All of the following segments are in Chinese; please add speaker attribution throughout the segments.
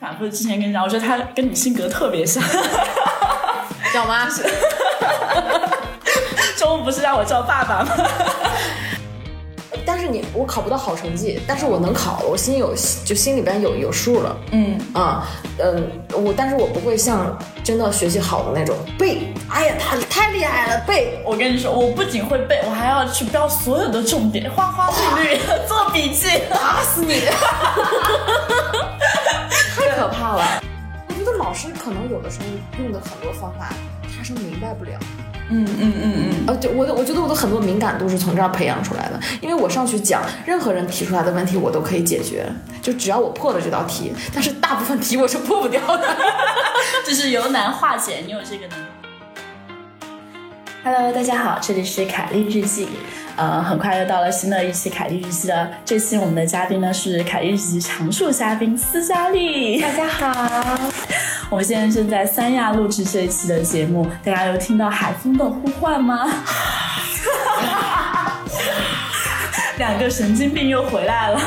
Speaker 1: 反复之前跟你讲，我觉得他跟你性格特别像。
Speaker 2: 叫妈，
Speaker 1: 中午不是让我叫爸爸吗？
Speaker 2: 但是你我考不到好成绩，但是我能考，我心有就心里边有有数了。
Speaker 1: 嗯
Speaker 2: 啊，嗯，我但是我不会像真的学习好的那种背，哎呀，他太厉害了，背
Speaker 1: 我跟你说，我不仅会背，我还要去标所有的重点，花花绿 绿做笔记。
Speaker 2: 打死你， 太可怕了。我觉得老师可能有的时候用的很多方法，他是明白不了。
Speaker 1: 嗯嗯嗯嗯，
Speaker 2: 呃，就我的，我觉得我的很多敏感度是从这儿培养出来的，因为我上去讲任何人提出来的问题，我都可以解决，就只要我破了这道题。但是大部分题我是破不掉的。
Speaker 1: 就是由难化简，你有这个能力。
Speaker 3: Hello，大家好，这里是凯莉日记。呃，很快又到了新的一期凯莉日记了。这期我们的嘉宾呢是凯莉日记常驻嘉宾斯嘉丽。
Speaker 2: 大家好，
Speaker 3: 我们现在正在三亚录制这一期的节目，大家有听到海风的呼唤 吗？两个神经病又回来了。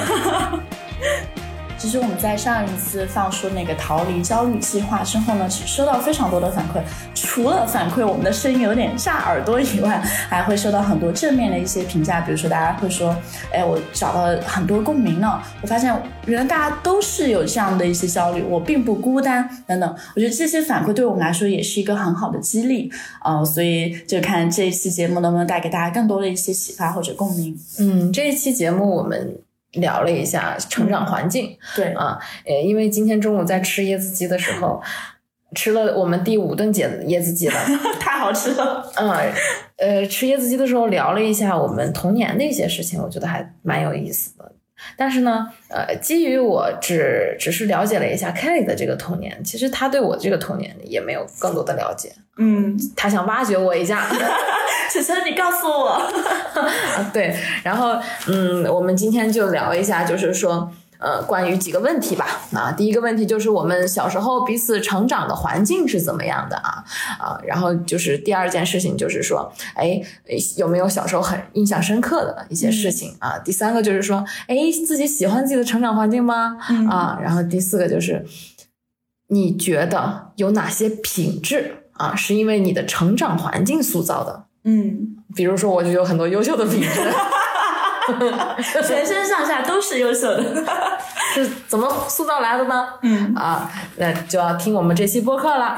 Speaker 3: 其实我们在上一次放出那个逃离焦虑计划之后呢，只收到非常多的反馈，除了反馈我们的声音有点炸耳朵以外，还会收到很多正面的一些评价，比如说大家会说，哎，我找到了很多共鸣呢，我发现原来大家都是有这样的一些焦虑，我并不孤单等等。我觉得这些反馈对我们来说也是一个很好的激励，呃，所以就看这一期节目能不能带给大家更多的一些启发或者共鸣。
Speaker 2: 嗯，这一期节目我们聊了一下成长环境
Speaker 3: 对，
Speaker 2: 啊，呃，因为今天中午在吃椰子鸡的时候，吃了我们第五顿茄子椰子鸡了，
Speaker 1: 太好吃了，
Speaker 2: 嗯， 呃，吃椰子鸡的时候聊了一下我们童年的一些事情，我觉得还蛮有意思的。但是呢，呃，基于我只只是了解了一下 Kelly 的这个童年，其实他对我这个童年也没有更多的了解，
Speaker 1: 嗯，
Speaker 2: 他想挖掘我一下。
Speaker 1: 晨晨，你告诉我，
Speaker 2: 啊对，然后嗯，我们今天就聊一下，就是说。呃，关于几个问题吧，啊，第一个问题就是我们小时候彼此成长的环境是怎么样的啊啊，然后就是第二件事情就是说，哎，有没有小时候很印象深刻的一些事情、啊？第三个就是说，哎，自己喜欢自己的成长环境吗？
Speaker 1: 嗯
Speaker 2: 啊，然后第四个就是，你觉得有哪些品质啊，是因为你的成长环境塑造的？
Speaker 1: 嗯，
Speaker 2: 比如说，我就有很多优秀的品质，
Speaker 1: 全身上下都是优秀的，
Speaker 2: 是怎么塑造来的呢？
Speaker 1: 嗯，
Speaker 2: 啊，那就要听我们这期播客了。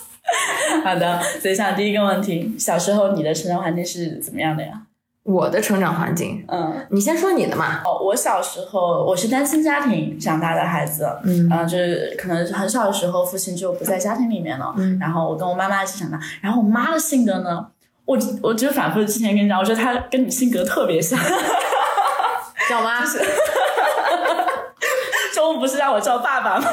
Speaker 3: 好的。所以像第一个问题，小时候你的成长环境是怎么样的呀？
Speaker 2: 我的成长环境，
Speaker 3: 嗯，
Speaker 2: 你先说你的嘛。
Speaker 3: 哦，我小时候我是单亲家庭长大的孩子，
Speaker 2: 嗯
Speaker 3: 嗯，就是可能很小的时候，父亲就不在家庭里面了。
Speaker 2: 嗯
Speaker 3: 然后我跟我妈妈一起长大。然后我妈的性格呢，我我就反复之前跟你讲，我觉得她跟你性格特别像。
Speaker 2: 叫妈，
Speaker 3: 中午不是让我叫爸爸吗？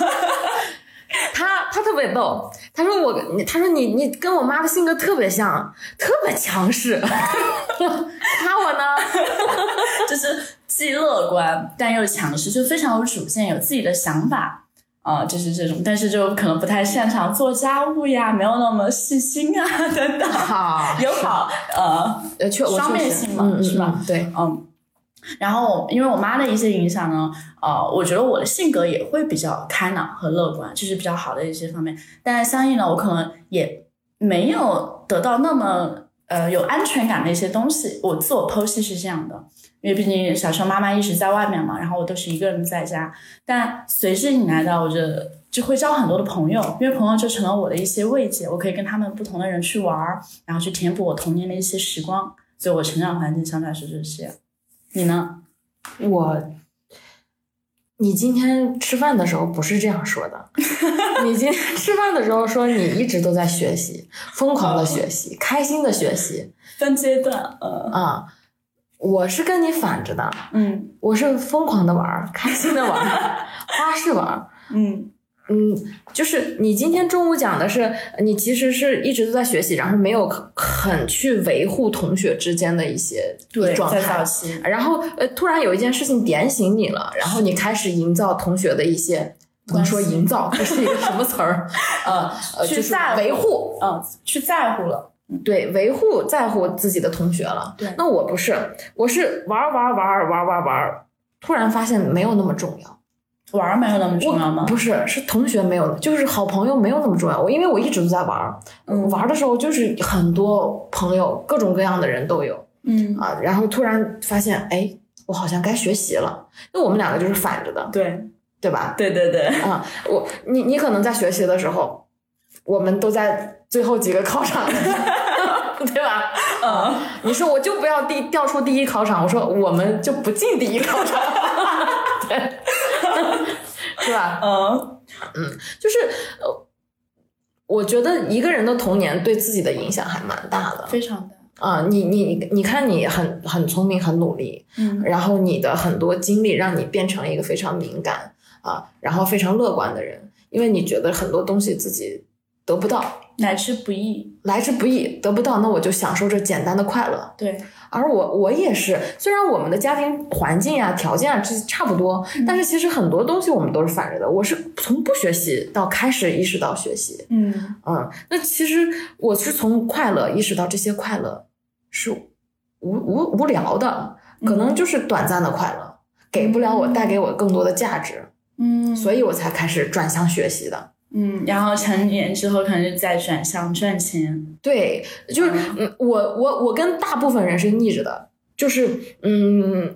Speaker 2: 他他特别逗，他说我，你他说你你跟我妈的性格特别像，特别强势。 他 我呢，
Speaker 3: 就是既乐观但又强势，就非常有主见，有自己的想法。啊、就是这种，但是就可能不太擅长做家务呀，没有那么细心啊， 等等，
Speaker 2: 好
Speaker 3: 有好呃
Speaker 2: 呃，确我
Speaker 3: 啊双
Speaker 2: 确
Speaker 3: 面
Speaker 2: 实
Speaker 3: 性嘛
Speaker 2: 嗯嗯
Speaker 3: 是吧
Speaker 2: 嗯对，
Speaker 3: 嗯，然后因为我妈的一些影响呢，呃，我觉得我的性格也会比较开朗和乐观，这、是比较好的一些方面。但相应的，我可能也没有得到那么呃有安全感的一些东西。我自我剖析是这样的，因为毕竟小时候妈妈一直在外面嘛，然后我都是一个人在家。但随之引来的，我觉得就会交很多的朋友，因为朋友就成了我的一些慰藉，我可以跟他们不同的人去玩儿，然后去填补我童年的一些时光。所以我成长环境相对来说就是这样。你呢？
Speaker 2: 我，你今天吃饭的时候不是这样说 的，你今天吃饭的时候说你一直都在学习，疯狂的学习，开心的学习
Speaker 3: 分阶段，呃，
Speaker 2: 啊、我是跟你反着的，
Speaker 3: 嗯
Speaker 2: 我是疯狂的玩儿，开心的玩儿， 花式玩儿。
Speaker 3: 嗯
Speaker 2: 嗯，就是你今天中午讲的是，你其实是一直都在学习，然后没有很去维护同学之间的一些
Speaker 3: 对，
Speaker 2: 状
Speaker 3: 在
Speaker 2: 态
Speaker 3: 早。期，
Speaker 2: 然后呃，突然有一件事情点醒你了，然后你开始营造同学的一些，不能说营造， 这是一个什么词儿？呃呃，
Speaker 3: 啊去
Speaker 2: 就是
Speaker 3: 在乎
Speaker 2: 维护，
Speaker 3: 嗯、去在乎了，
Speaker 2: 对，维护在乎自己的同学了。
Speaker 3: 对
Speaker 2: 那我不是，我是玩儿玩儿玩儿玩儿玩儿玩儿，突然发现没有那么重要。
Speaker 3: 玩儿没有那么重要吗？
Speaker 2: 不是，是同学没有，就是好朋友没有那么重要。我因为我一直都在玩儿，嗯，玩儿的时候就是很多朋友，各种各样的人都有
Speaker 3: 嗯，
Speaker 2: 啊。然后突然发现，哎，我好像该学习了。那我们两个就是反着的，
Speaker 3: 对，
Speaker 2: 对吧？
Speaker 3: 对对对，
Speaker 2: 啊，我你你可能在学习的时候，我们都在最后几个考场， 对吧？
Speaker 3: 嗯，
Speaker 2: 你说我就不要第调出第一考场，我说我们就不进第一考场，对，是吧？
Speaker 3: 嗯，
Speaker 2: 就是呃，我觉得一个人的童年对自己的影响还蛮大的
Speaker 3: 非常的，
Speaker 2: 啊、你你你看，你很很聪明，很努力，
Speaker 3: 嗯
Speaker 2: 然后你的很多经历让你变成一个非常敏感啊，然后非常乐观的人，因为你觉得很多东西自己得不到，
Speaker 3: 来之不易，
Speaker 2: 来之不易，得不到，那我就享受这简单的快乐。
Speaker 3: 对，
Speaker 2: 而我我也是，虽然我们的家庭环境啊、条件啊这差不多，但是其实很多东西我们都是反着的。我是从不学习到开始意识到学习，
Speaker 3: 嗯
Speaker 2: 嗯，那其实我是从快乐意识到这些快乐是无无无聊的，可能就是短暂的快乐，给不了我带给我更多的价值，
Speaker 3: 嗯，
Speaker 2: 所以我才开始转向学习的。
Speaker 3: 嗯，然后成年之后可能就再转向赚钱，
Speaker 2: 对，就是嗯，我我我跟大部分人是逆着的，就是嗯，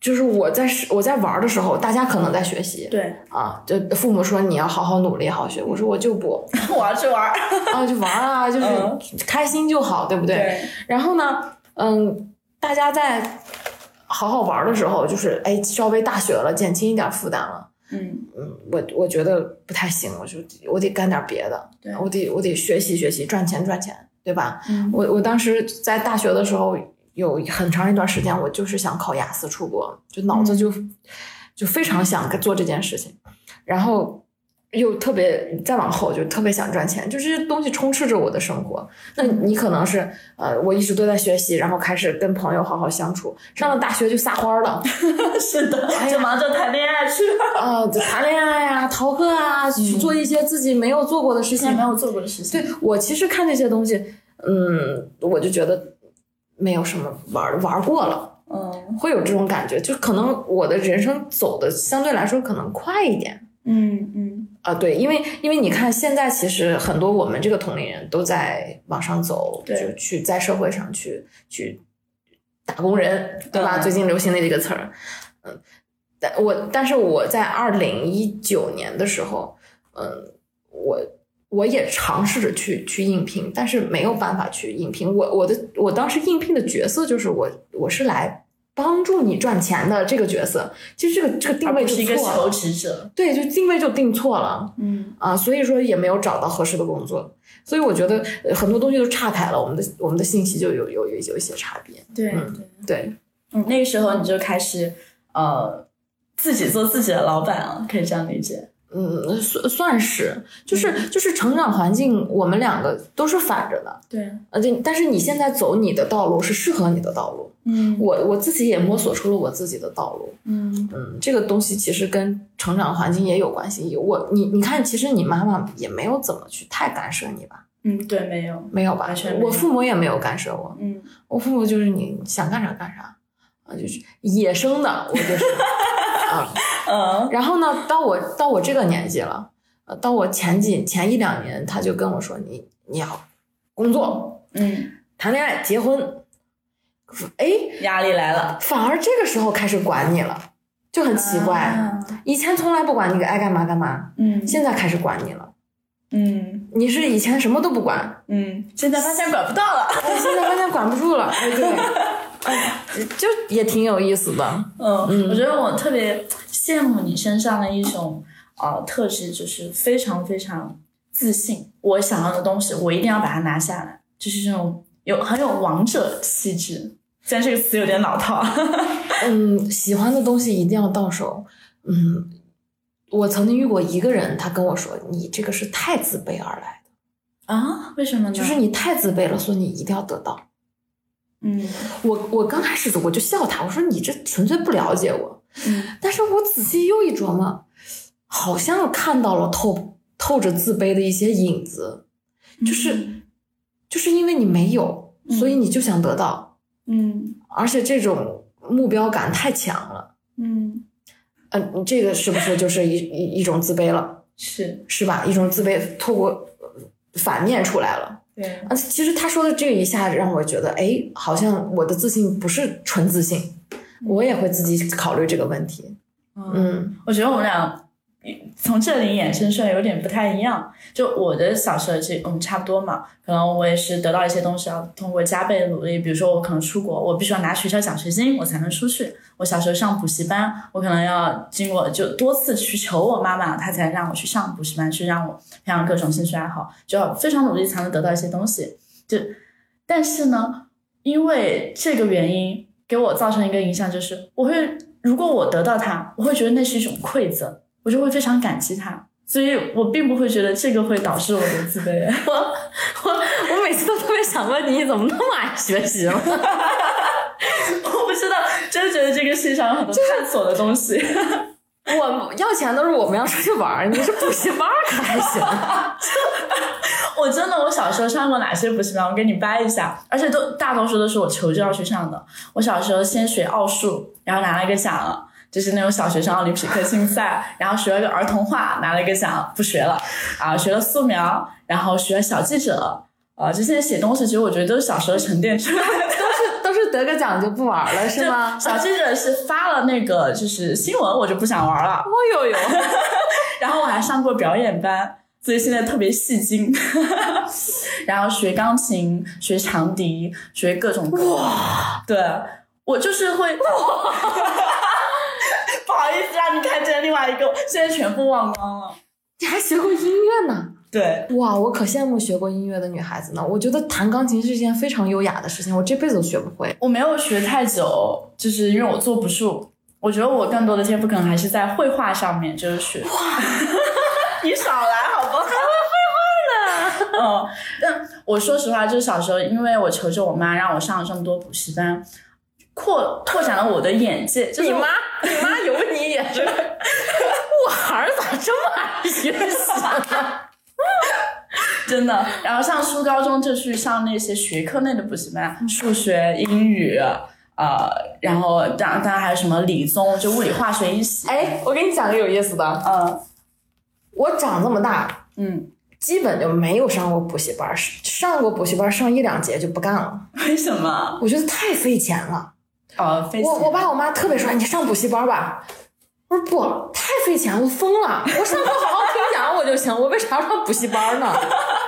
Speaker 2: 就是我在是我在玩儿的时候，大家可能在学习
Speaker 3: 对，
Speaker 2: 啊，就父母说你要好好努力，好好学，我说我就 不
Speaker 3: 我要去玩儿，
Speaker 2: 啊，就玩儿啊，就
Speaker 3: 嗯
Speaker 2: 是开心就好，对不对？
Speaker 3: 对，
Speaker 2: 然后呢，嗯，大家在好好玩儿的时候，就是哎，稍微大学了，减轻一点负担了。
Speaker 3: 嗯
Speaker 2: 嗯，我我觉得不太行，我就我得干点别的，
Speaker 3: 对
Speaker 2: 我得我得学习学习，赚钱赚钱，对吧？
Speaker 3: 嗯
Speaker 2: 我我当时在大学的时候，有很长一段时间，我就是想考雅思出国，就脑子就、就非常想做这件事情，然后又特别再往后就特别想赚钱，就这些东西充斥着我的生活。那你可能是呃，我一直都在学习，然后开始跟朋友好好相处，上了大学就撒欢儿了，
Speaker 3: 是的，
Speaker 2: 呀
Speaker 3: 就忙着谈恋爱去了，
Speaker 2: 呃，谈恋爱呀、逃课啊，去做一些自己没有做过的事
Speaker 3: 之
Speaker 2: 情
Speaker 3: 前没，有做过的事情，
Speaker 2: 对我其实看这些东西，嗯，我就觉得没有什么玩儿玩儿过了，
Speaker 3: 嗯
Speaker 2: 会有这种感觉。就可能我的人生走的相对来说可能快一点
Speaker 3: 嗯嗯，
Speaker 2: 啊、对，因为因为你看现在其实很多我们这个同龄人都在往上走，
Speaker 3: 对
Speaker 2: 就去在社会上去去打工人，对吧？
Speaker 3: 嗯
Speaker 2: 最近流行的这个词儿，嗯，但我但是我在二零一九年的时候，嗯，我我也尝试着去去应聘，但是没有办法去应聘。我我的我当时应聘的角色就是我我是来帮助你赚钱的这个角色，其实这个这个定
Speaker 3: 而
Speaker 2: 位
Speaker 3: 不
Speaker 2: 就是
Speaker 3: 一个
Speaker 2: 错
Speaker 3: 求
Speaker 2: 了，
Speaker 3: 职者，
Speaker 2: 对，就定位就定错了
Speaker 3: 嗯
Speaker 2: 啊，所以说也没有找到合适的工作。所以我觉得呃很多东西都岔开了，我们的我们的信息就有有有有一些差别。
Speaker 3: 对
Speaker 2: 嗯
Speaker 3: 对，
Speaker 2: 对，
Speaker 3: 嗯，那个时候你就开始呃自己做自己的老板了，可以这样理解，
Speaker 2: 嗯，算算是，
Speaker 3: 嗯
Speaker 2: 就是就是成长环境，我们两个都是反着的，
Speaker 3: 对，
Speaker 2: 而且但是你现在走你的道路是适合你的道路，
Speaker 3: 嗯
Speaker 2: 我我自己也摸索出了我自己的道路。
Speaker 3: 嗯
Speaker 2: 嗯，这个东西其实跟成长环境也有关系。我你你看，其实你妈妈也没有怎么去太干涉你吧？
Speaker 3: 嗯，对，没有，
Speaker 2: 没有吧？
Speaker 3: 完全没有
Speaker 2: 我父母也没有干涉我，
Speaker 3: 嗯，
Speaker 2: 我父母就是你想干啥干啥，啊，就是野生的，我就是 啊。
Speaker 3: 呃，
Speaker 2: 然后呢，到我到我这个年纪了，呃，到我前几前一两年，他就跟我说，你你要工作、
Speaker 3: 嗯，
Speaker 2: 谈恋爱、结婚，哎，
Speaker 3: 压力来了，
Speaker 2: 反而这个时候开始管你了，就很奇怪。
Speaker 3: 啊
Speaker 2: 以前从来不管你爱干嘛干嘛，
Speaker 3: 嗯
Speaker 2: 现在开始管你了。
Speaker 3: 嗯
Speaker 2: 你是以前什么都不管，
Speaker 3: 嗯，现在发现管不到了，嗯
Speaker 2: 哎现在发现管不住了。哎，对， 哎，就也挺有意思的。
Speaker 3: 嗯，我觉得我特别羡慕你身上的一种呃特质，就是非常非常自信。我想要的东西，我一定要把它拿下来，就是这种有很有王者气质。虽然这个词有点老套，
Speaker 2: 嗯，喜欢的东西一定要到手。嗯，我曾经遇过一个人，他跟我说：“你这个是太自卑而来
Speaker 3: 啊？为什么呢？
Speaker 2: 的，就是你太自卑了，所以你一定要得到。”
Speaker 3: 嗯
Speaker 2: 我我刚开始我就笑他，我说你这纯粹不了解我。
Speaker 3: 嗯
Speaker 2: 但是我仔细又一琢磨，好像看到了透透着自卑的一些影子，就是、
Speaker 3: 嗯
Speaker 2: 就是因为你没有，
Speaker 3: 嗯
Speaker 2: 所以你就想得到，
Speaker 3: 嗯
Speaker 2: 而且这种目标感太强了。
Speaker 3: 嗯
Speaker 2: 嗯、你这个是不是就是一一一种自卑了，
Speaker 3: 是
Speaker 2: 是吧？一种自卑透过呃反面出来了。
Speaker 3: 对，
Speaker 2: 啊，其实他说的这一下让我觉得，哎，好像我的自信不是纯自信，我也会自己考虑这个问题。
Speaker 3: 嗯，
Speaker 2: 嗯
Speaker 3: 我觉得我们俩从这里衍生出来有点不太一样。就我的小时候，其实我们嗯差不多嘛，可能我也是得到一些东西，要通过加倍的努力。比如说，我可能出国，我必须要拿学校奖学金，我才能出去。我小时候上补习班，我可能要经过就多次去求我妈妈，她才让我去上补习班，去让我培养各种兴趣爱好，就要非常努力才能得到一些东西。就但是呢，因为这个原因给我造成一个影响，就是我会如果我得到它，我会觉得那是一种馈赠，我就会非常感激它。所以我并不会觉得这个会导致我的自卑，
Speaker 2: 我我每次都特别想问你，你怎么那么爱学习了？
Speaker 3: 我不知道，真的觉得这个世界上有很多探索的东西。
Speaker 2: 我要钱都是我们要出去玩儿，你是补习班儿可还行？
Speaker 3: 我真的，我小时候上过哪些补习班？我给你掰一下，而且都大多数都是我求着要去上的。我小时候先学奥数，然后拿了一个奖，就是那种小学生奥林匹克竞赛，然后学了个儿童画，拿了一个奖，不学了啊，学了素描，然后学了小记者。啊，这些写东西，其实我觉得都是小时候沉淀出来的。
Speaker 2: 都是得个奖就不玩儿了是 吗？
Speaker 3: 小记者是发了那个就是新闻，我就不想玩了。
Speaker 2: 哦呦呦，
Speaker 3: 然后我还上过表演班，所以现在特别戏精。 然后学钢琴、学长笛、学各种歌。对，我就是会。 不好意思让你看见另外一个，现在全部忘光了。
Speaker 2: 你还学过音乐呢？
Speaker 3: 对，
Speaker 2: 哇，我可羡慕学过音乐的女孩子呢。我觉得弹钢琴是一件非常优雅的事情，我这辈子都学不会。
Speaker 3: 我没有学太久，就是因为我坐不住。我觉得我更多的天赋可能还是在绘画上面，就是学。 你少来好 不好？还会绘画呢。嗯，但我说实话，就是小时候，因为我求着我妈让我上了这么多补习班，扩拓展了我的眼界。就是我
Speaker 2: 你妈有你也是，我儿咋这么爱学习？
Speaker 3: 真的。然后上初高中就去上那些学科类的补习
Speaker 2: 嗯
Speaker 3: 班，数学、英语，呃，然后当当然还有什么理综，就物理、化学、一起。
Speaker 2: 哎，我给你讲个有意思的，
Speaker 3: 呃，
Speaker 2: 我长这么大。
Speaker 3: 嗯，
Speaker 2: 基本就没有上过补习班，上过补习班上一两节就不干了，
Speaker 3: 为什么？
Speaker 2: 我觉得太费钱了。
Speaker 3: 呃，飞
Speaker 2: 我
Speaker 3: 行
Speaker 2: 我爸我妈特别说你上补习班吧，我说不，太费钱，我疯了，我上课好好听讲我就行，我为啥要上补习班呢？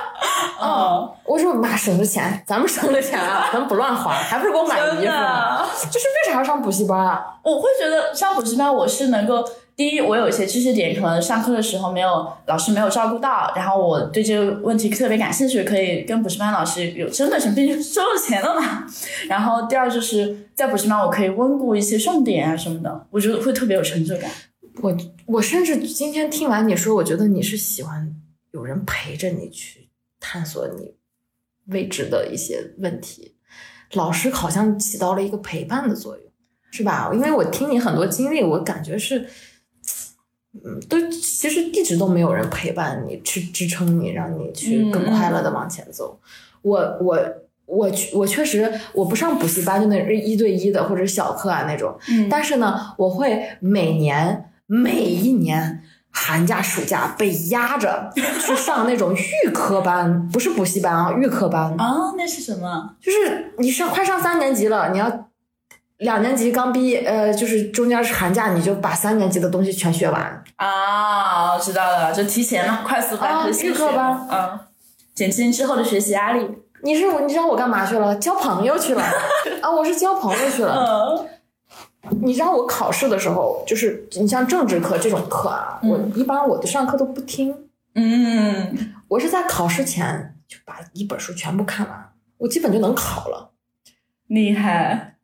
Speaker 3: 哦，
Speaker 2: 我说妈省着钱，咱们省着钱啊，咱们不乱花，还不是给我买
Speaker 3: 真
Speaker 2: 衣服呢？
Speaker 3: 的，
Speaker 2: 就是为啥要上补习班啊？
Speaker 3: 我会觉得上补习班我是能够。第一，我有一些知识点，可能上课的时候没有老师没有照顾到，然后我对这个问题特别感兴趣，可以跟补习班老师有针对性，毕竟收了钱了嘛。 然后第二就是在补习班，我可以温故一些重点啊什么的，我觉得会特别有成就感。
Speaker 2: 我我甚至今天听完你说，我觉得你是喜欢有人陪着你去探索你未知的一些问题，老师好像起到了一个陪伴的作用，是吧？因为我听你很多经历，我感觉是，嗯，都其实一直都没有人陪伴你，去支撑你，让你去更快乐的往前走。我我。我我确实我不上补习班，就那一对一的或者小课啊那种，
Speaker 3: 嗯
Speaker 2: 但是呢，我会每年每一年寒假暑假被压着去上那种预科班，不是补习班啊，预科班，
Speaker 3: 啊，那是什么？
Speaker 2: 就是你上快上三年级了，你要两年级刚毕业，呃，就是中间是寒假，你就把三年级的东西全学完。
Speaker 3: 啊，我知道了，就提前嘛，快速
Speaker 2: 啊
Speaker 3: 班和新
Speaker 2: 预科
Speaker 3: 学
Speaker 2: 班
Speaker 3: 嗯，减轻之后的学习压力。
Speaker 2: 你是我，你知道我干嘛去了？交朋友去了啊！我是交朋友去了。
Speaker 3: 嗯。
Speaker 2: 你知道我考试的时候，就是你像政治课这种课啊，我一般我的上课都不听，
Speaker 3: 嗯，
Speaker 2: 我是在考试前就把一本书全部看完，我基本就能考了。
Speaker 3: 厉害，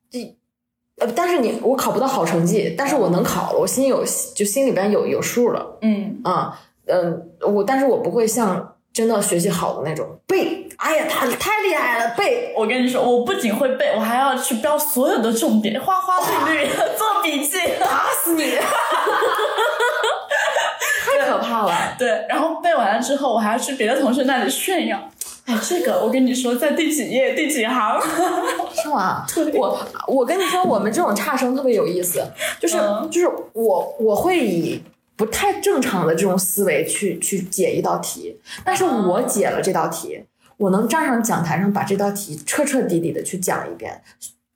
Speaker 2: 呃，但是你我考不到好成绩，但是我能考了，我心有就心里边有有数了
Speaker 3: 嗯，
Speaker 2: 啊。嗯，我但是我不会像真的学习好的那种背，哎呀，他太厉害了，背
Speaker 1: 我跟你说，我不仅会背，我还要去标所有的重点，花花绿绿，做笔记。
Speaker 2: 打死你， 太可怕了。
Speaker 3: 对。然后背完了之后，我还要去别的同学那里炫耀，哎，这个我跟你说，在第几页第几行，
Speaker 2: 是吗？
Speaker 3: 对
Speaker 2: 啊我我跟你说，我们这种差生特别有意思，就是、
Speaker 3: 嗯
Speaker 2: 就是我我会以不太正常的这种思维去去解一道题，但是
Speaker 3: 嗯
Speaker 2: 我解了这道题，我能站上讲台上把这道题彻彻底底的去讲一遍，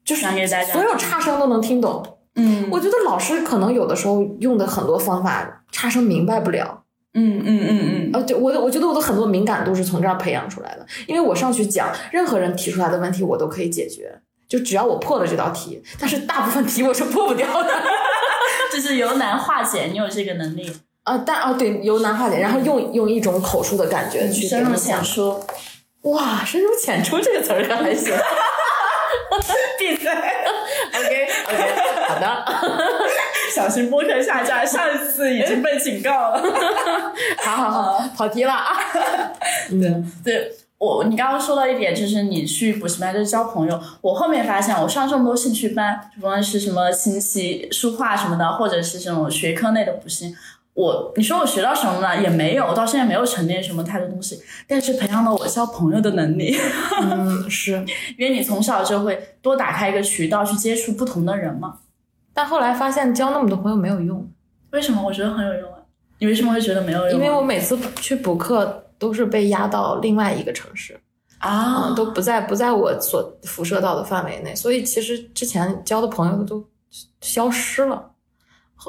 Speaker 2: 就是
Speaker 3: 讲给大家
Speaker 2: 所有差生都能听懂。
Speaker 3: 嗯
Speaker 2: 我觉得老师可能有的时候用的很多方法，差生明白不了。
Speaker 3: 嗯嗯嗯嗯，
Speaker 2: 呃，对我的，我觉得我的很多敏感度是从这儿培养出来的，因为我上去讲任何人提出来的问题，我都可以解决，就只要我破了这道题。但是大部分题我是破不掉的。
Speaker 3: 就是由难化解，你有这个能力，
Speaker 2: 啊，但啊，对，由难化解，然后用用一种口述的感觉去给
Speaker 3: 深
Speaker 2: 他
Speaker 3: 入
Speaker 2: 们
Speaker 3: 浅
Speaker 2: 讲。
Speaker 3: 出，
Speaker 2: 哇，深入浅出这个词儿 还行。
Speaker 3: 闭 嘴，
Speaker 2: OK OK，好的，
Speaker 3: 小心播客下架，上一次已经被警告了。
Speaker 2: 好好好，跑题了啊。嗯，
Speaker 3: 对我，你刚刚说到一点，就是你去补习班就是交朋友。我后面发现，我上这么多兴趣班，就不论是什么琴棋书画什么的，或者是这种学科内的补习，我你说我学到什么了也没有，我到现在没有沉淀什么太多东西，但是培养了我交朋友的能力。
Speaker 2: 嗯是。
Speaker 3: 因为你从小就会多打开一个渠道去接触不同的人嘛。
Speaker 2: 但后来发现交那么多朋友没有用，
Speaker 3: 为什么我觉得很有用啊？你为什么会觉得没有用啊？
Speaker 2: 因为我每次去补课都是被压到另外一个城市。
Speaker 3: 啊
Speaker 2: 嗯，，都不在不在我所辐射到的范围内，所以其实之前交的朋友都消失了，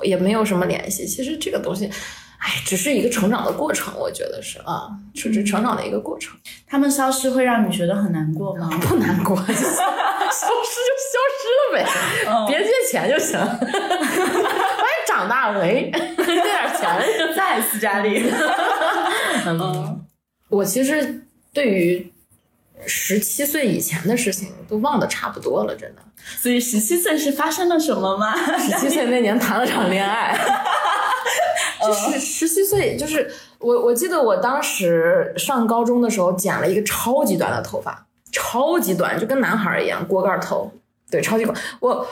Speaker 2: 也没有什么联系。其实这个东西，哎，只是一个成长的过程，我觉得是啊，只是成长的一个过程，
Speaker 3: 他们消失会让你觉得很难过 吗？
Speaker 2: 嗯不难过，就是消失就消失了呗，
Speaker 3: 嗯
Speaker 2: 别借钱就行。 哎，长大了，哎， 借点钱。
Speaker 3: 再次加力。嗯
Speaker 2: 我其实对于十七岁以前的事情都忘得差不多了，真的。
Speaker 3: 所以十七岁是发生了什么吗？
Speaker 2: 十七岁那年谈了场恋 爱，就是十七岁，就是我我记得我当时上高中的时候剪了一个超级短的头发，超级短，就跟男孩儿一样锅盖头，对，超级短。我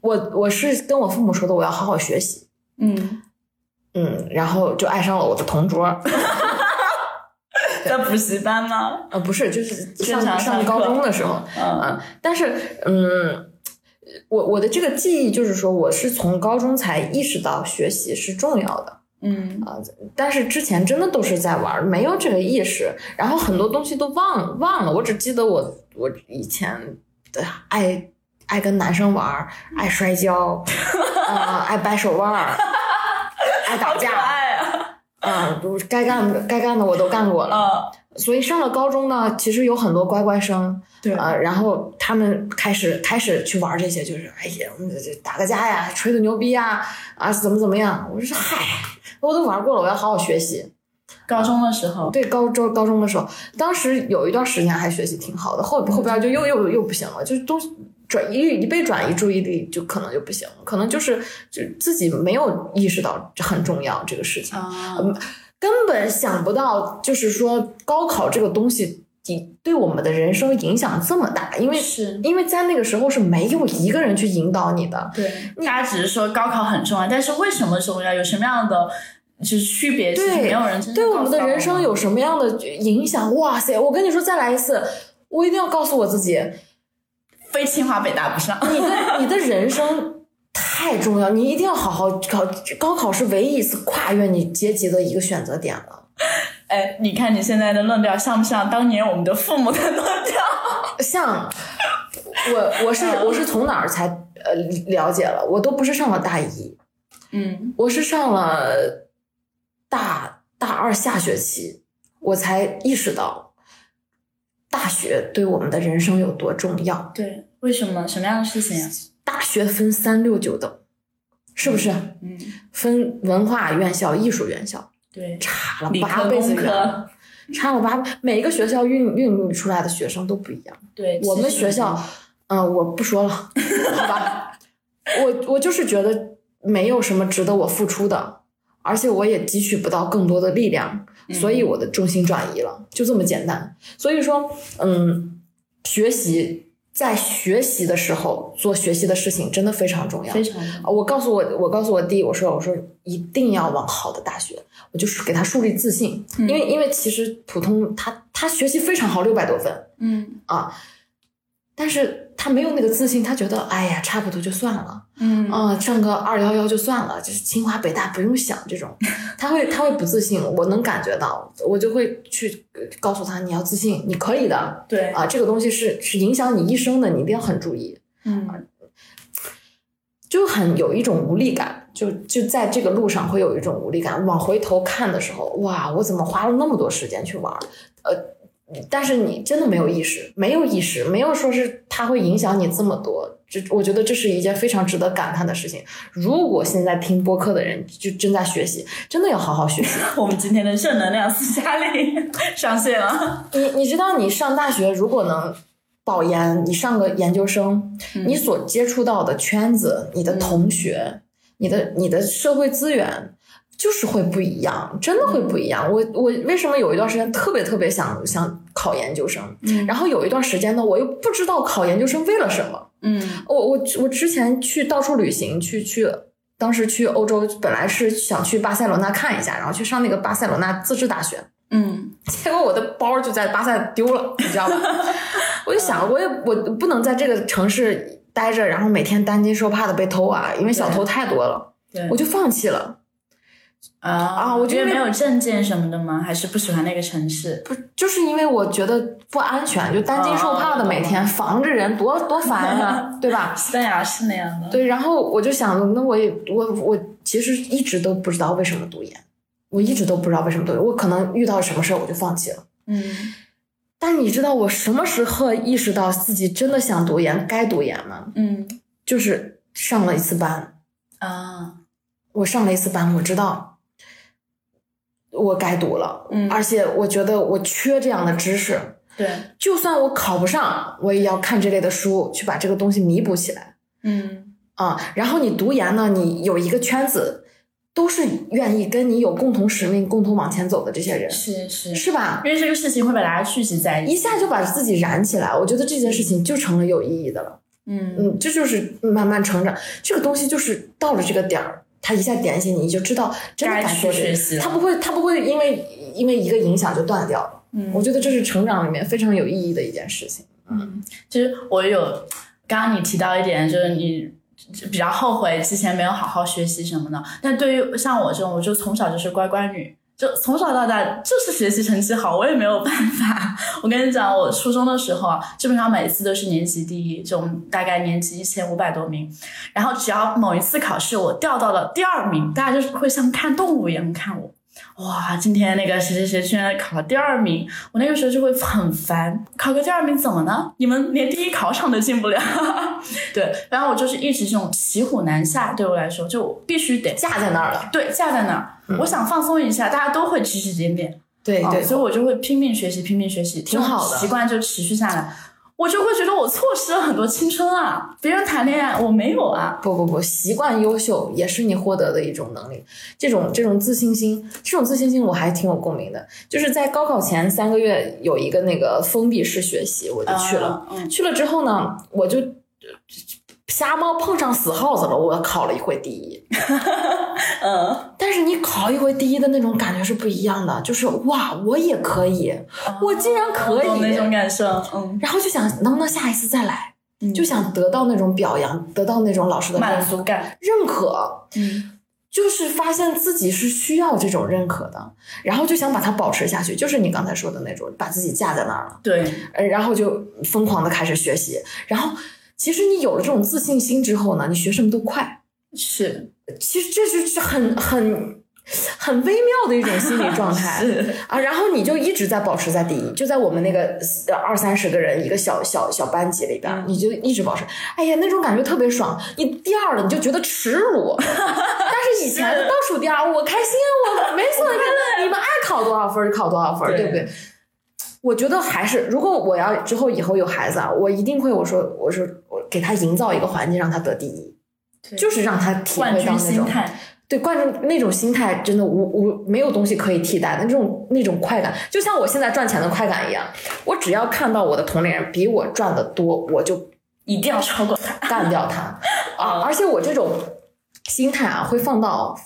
Speaker 2: 我我是跟我父母说的，我要好好学习，
Speaker 3: 嗯，
Speaker 2: 嗯，然后就爱上了我的同桌，
Speaker 3: 在补习班吗？
Speaker 2: 呃，不是，就是
Speaker 3: 正常
Speaker 2: 上
Speaker 3: 上
Speaker 2: 上高
Speaker 3: 课
Speaker 2: 中的时候，
Speaker 3: 嗯
Speaker 2: 啊，但是嗯，我我的这个记忆就是说，我是从高中才意识到学习是重要的。
Speaker 3: 嗯
Speaker 2: 但是之前真的都是在玩儿，没有这个意识，然后很多东西都忘忘了。我只记得我我以前的爱爱跟男生玩儿，爱摔 跤，呃，爱掰手腕儿，爱打
Speaker 3: 可
Speaker 2: 架，
Speaker 3: 爱啊！
Speaker 2: 嗯、我该干的该干的我都干过了。
Speaker 3: 嗯，
Speaker 2: 所以上了高中呢，其实有很多乖乖生，
Speaker 3: 对
Speaker 2: 呃，然后他们开始开始去玩这些，就是哎呀，我们这打个架呀，吹个牛逼呀，啊，怎么怎么样？我就说嗨，我都玩过了，我要好好学习。
Speaker 3: 高中的时候，
Speaker 2: 对，高中高中的时候，当时有一段时间还学习挺好的，后
Speaker 3: 嗯
Speaker 2: 后边就又又又不行了，就是都转移一被转移注意力，就可能就不行了，可能就是就自己没有意识到这很重要这个事情，
Speaker 3: 啊
Speaker 2: 根本想不到，就是说高考这个东西对对我们的人生影响这么大，因为
Speaker 3: 是
Speaker 2: 因为在那个时候是没有一个人去引导你的，
Speaker 3: 对，大家只是说高考很重要，但是为什么重要？有什么样的就是区别？其实
Speaker 2: 对
Speaker 3: 没有人真正
Speaker 2: 对我们的
Speaker 3: 告诉
Speaker 2: 人生有什么样的影响？哇塞，我跟你说，再来一次，我一定要告诉我自己。
Speaker 3: 非清华北大不上。
Speaker 2: 你的你的人生太重要，你一定要好好考。高考是唯一一次跨越你阶级的一个选择点了。
Speaker 3: 哎，你看你现在的论调像不像当年我们的父母的论调？
Speaker 2: 像我，我是我是从哪儿才呃了解了？我都不是上了大一，
Speaker 3: 嗯，
Speaker 2: 我是上了大大二下学期，我才意识到大学对我们的人生有多重要。
Speaker 3: 对，为什么？什么样的事情啊？
Speaker 2: 大学分三六九等，是不是？
Speaker 3: 嗯，
Speaker 2: 分文化院校、艺术院校。
Speaker 3: 对，
Speaker 2: 差了
Speaker 3: 理
Speaker 2: 八
Speaker 3: 科
Speaker 2: 辈子
Speaker 3: 工
Speaker 2: 远
Speaker 3: 科
Speaker 2: 了，差了八辈每一个学校孕孕育出来的学生都不一样。
Speaker 3: 对，
Speaker 2: 我们
Speaker 3: 其实
Speaker 2: 学校，嗯、我不说了，好吧。我我就是觉得没有什么值得我付出的，而且我也汲取不到更多的力量，
Speaker 3: 嗯
Speaker 2: 所以我的重心转移了，就这么简单。所以说，嗯，学习在学习的时候做学习的事情真的非常重要，
Speaker 3: 非常
Speaker 2: 啊我告诉我，我告诉我弟，我说我说一
Speaker 3: 嗯
Speaker 2: 定要往好的大学，我就是给他树立自信，因为因为其实普通他他他学习非常好，六百多分，
Speaker 3: 嗯
Speaker 2: 啊，但是他没有那个自信，他觉得哎呀，差不多就算了，
Speaker 3: 嗯
Speaker 2: 啊、上个二幺幺就算了，就是清华北大不用想这种，他会他会不自信，我能感觉到，我就会去呃告诉他，你要自信，你可以的，啊、
Speaker 3: 对，
Speaker 2: 这个东西是是影响你一生的，你一定要很注意，
Speaker 3: 嗯
Speaker 2: 就很有一种无力感，就就在这个路上会有一种无力感。往回头看的时候，哇，我怎么花了那么多时间去玩儿？呃，但是你真的没有意识，没有意识，没有说是它会影响你这么多。这我觉得这是一件非常值得感叹的事情。如果现在听播客的人就正在学习，真的要好好学习。
Speaker 3: 我们今天的正能量私家令上线了，
Speaker 2: 你你知道，你上大学如果能保研，你上个研究生，你所接触到的圈子、你的同学、你的你的社会资源。就是会不一样，真的会不一样。我我为什么有一段时间特别特别想想考研究生，
Speaker 3: 嗯
Speaker 2: 然后有一段时间呢，我又不知道考研究生为了什么。
Speaker 3: 嗯
Speaker 2: 我我我之前去到处旅行，去去，当时去欧洲本来是想去巴塞罗那看一下，然后去上那个巴塞罗那自治大学，
Speaker 3: 嗯
Speaker 2: 结果我的包就在巴塞丢了，你知道吧？ 我就想，我也我不能在这个城市待着，然后每天担惊受怕的被偷啊，因为小偷太多了，
Speaker 3: 对
Speaker 2: 我就放弃了。
Speaker 3: 啊
Speaker 2: 啊我觉得
Speaker 3: 因为没有证件什么的吗？还是不喜欢那个城市？
Speaker 2: 不就是因为我觉得不安全，就担惊受怕的每天防着人，多多烦啊，对吧？
Speaker 3: 西班牙是那样的，
Speaker 2: 对，然后我就想，那我也我我其实一直都不知道为什么读研，我一直都不知道为什么读研，我可能遇到什么事儿我就放弃了。
Speaker 3: 嗯
Speaker 2: 但你知道我什么时刻意识到自己真的想读研该读研吗？
Speaker 3: 嗯
Speaker 2: 就是上了一次班，
Speaker 3: 啊
Speaker 2: 我上了一次班，我知道我该读了，
Speaker 3: 嗯
Speaker 2: 而且我觉得我缺这样的知识，
Speaker 3: 对，
Speaker 2: 就算我考不上，我也要看这类的书去把这个东西弥补起来
Speaker 3: 嗯
Speaker 2: 啊、然后你读研呢，你有一个圈子，都是愿意跟你有共同使命、共同往前走的这些人，
Speaker 3: 是是，
Speaker 2: 是吧？
Speaker 3: 因为这个事情会把大家聚集在
Speaker 2: 一
Speaker 3: 一起，
Speaker 2: 下就把自己燃起来，我觉得这件事情就成了有意义的了。
Speaker 3: 嗯
Speaker 2: 嗯，这就是慢慢成长。这个东西就是到了这个点儿，它一下点醒你，你就知道真的
Speaker 3: 该
Speaker 2: 该
Speaker 3: 去
Speaker 2: 做这
Speaker 3: 学
Speaker 2: 个
Speaker 3: 习了
Speaker 2: 它不会，它不会因为因为一个影响就断掉了。
Speaker 3: 嗯
Speaker 2: 我觉得这是成长里面非常有意义的一件事情。
Speaker 3: 嗯就是我有，刚刚你提到一点，就是你比较后悔之前没有好好学习什么的。但对于像我这种，我就从小就是乖乖女，就从小到大就是学习成绩好，我也没有办法。我跟你讲，我初中的时候啊，基本上每次都是年级第一，就我们大概年级一千五百多名。然后只要某一次考试我掉到了第二名，大家就是会像看动物一样看我。哇，今天那个谁谁谁居然考了第二名，我那个时候就会很烦，考个第二名怎么呢？你们连第一考场都进不了。 对，然后我就是一直这种骑虎难下，对我来说就必须得
Speaker 2: 架在那儿了，
Speaker 3: 对架在那儿。我想放松一下，大家都会指指点点，
Speaker 2: 嗯对
Speaker 3: 啊
Speaker 2: 对，
Speaker 3: 所以我就会拼命学习，拼命学习，
Speaker 2: 挺好的
Speaker 3: 这种习惯就持续下来，我就会觉得我错失了很多青春啊！别人谈恋爱，我没有啊。
Speaker 2: 不不不，习惯优秀也是你获得的一种能力。这种这种自信心，这种自信心我还挺有共鸣的。就是在高考前三个月有一个那个封闭式学习，我就去了。
Speaker 3: 啊，嗯
Speaker 2: 去了之后呢，我就呃瞎猫碰上死耗子了，我考了一回第一。
Speaker 3: 嗯，
Speaker 2: 但是你考一回第一的那种感觉是不一样的，就是哇，我也可以，我竟然可
Speaker 3: 嗯
Speaker 2: 以，
Speaker 3: 懂那种感受，嗯，
Speaker 2: 然后就想能不能下一次再来，就想得到那种表扬，得到那种老师的
Speaker 3: 满足感，
Speaker 2: 认可，
Speaker 3: 嗯
Speaker 2: 就是发现自己是需要这种认可的，然后就想把它保持下去，就是你刚才说的那种，把自己架在那儿了。
Speaker 3: 对，
Speaker 2: 呃，然后就疯狂的开始学习。然后，其实你有了这种自信心之后呢，你学什么都快。
Speaker 3: 是
Speaker 2: 其实这就是很很很微妙的一种心理状 态
Speaker 3: 是，
Speaker 2: 啊。然后你就一直在保持在第一，就在我们那个呃二三十个人一个小小小班级里边
Speaker 3: 嗯
Speaker 2: 儿，你就一直保持。哎呀，那种感觉特别爽。你第二了，你就觉得耻辱。但是以前倒数第二，我开心，我没错，你们爱考多少分儿就考多少分儿，
Speaker 3: 对
Speaker 2: 对不对？我觉得还是，如果我要之后以后有孩子啊，我一定会我说我说我给他营造一个环境让他得第一，
Speaker 3: 对
Speaker 2: 就是让他体
Speaker 3: 冠
Speaker 2: 会到
Speaker 3: 军
Speaker 2: 那
Speaker 3: 心
Speaker 2: 种
Speaker 3: 态，
Speaker 2: 对冠军那种心态，真的无无没有东西可以替代的那种那种快感，就像我现在赚钱的快感一样，我只要看到我的同龄人比我赚的多，我就
Speaker 3: 一定要超过他。
Speaker 2: 干掉他啊！而且我这种心态啊，会放到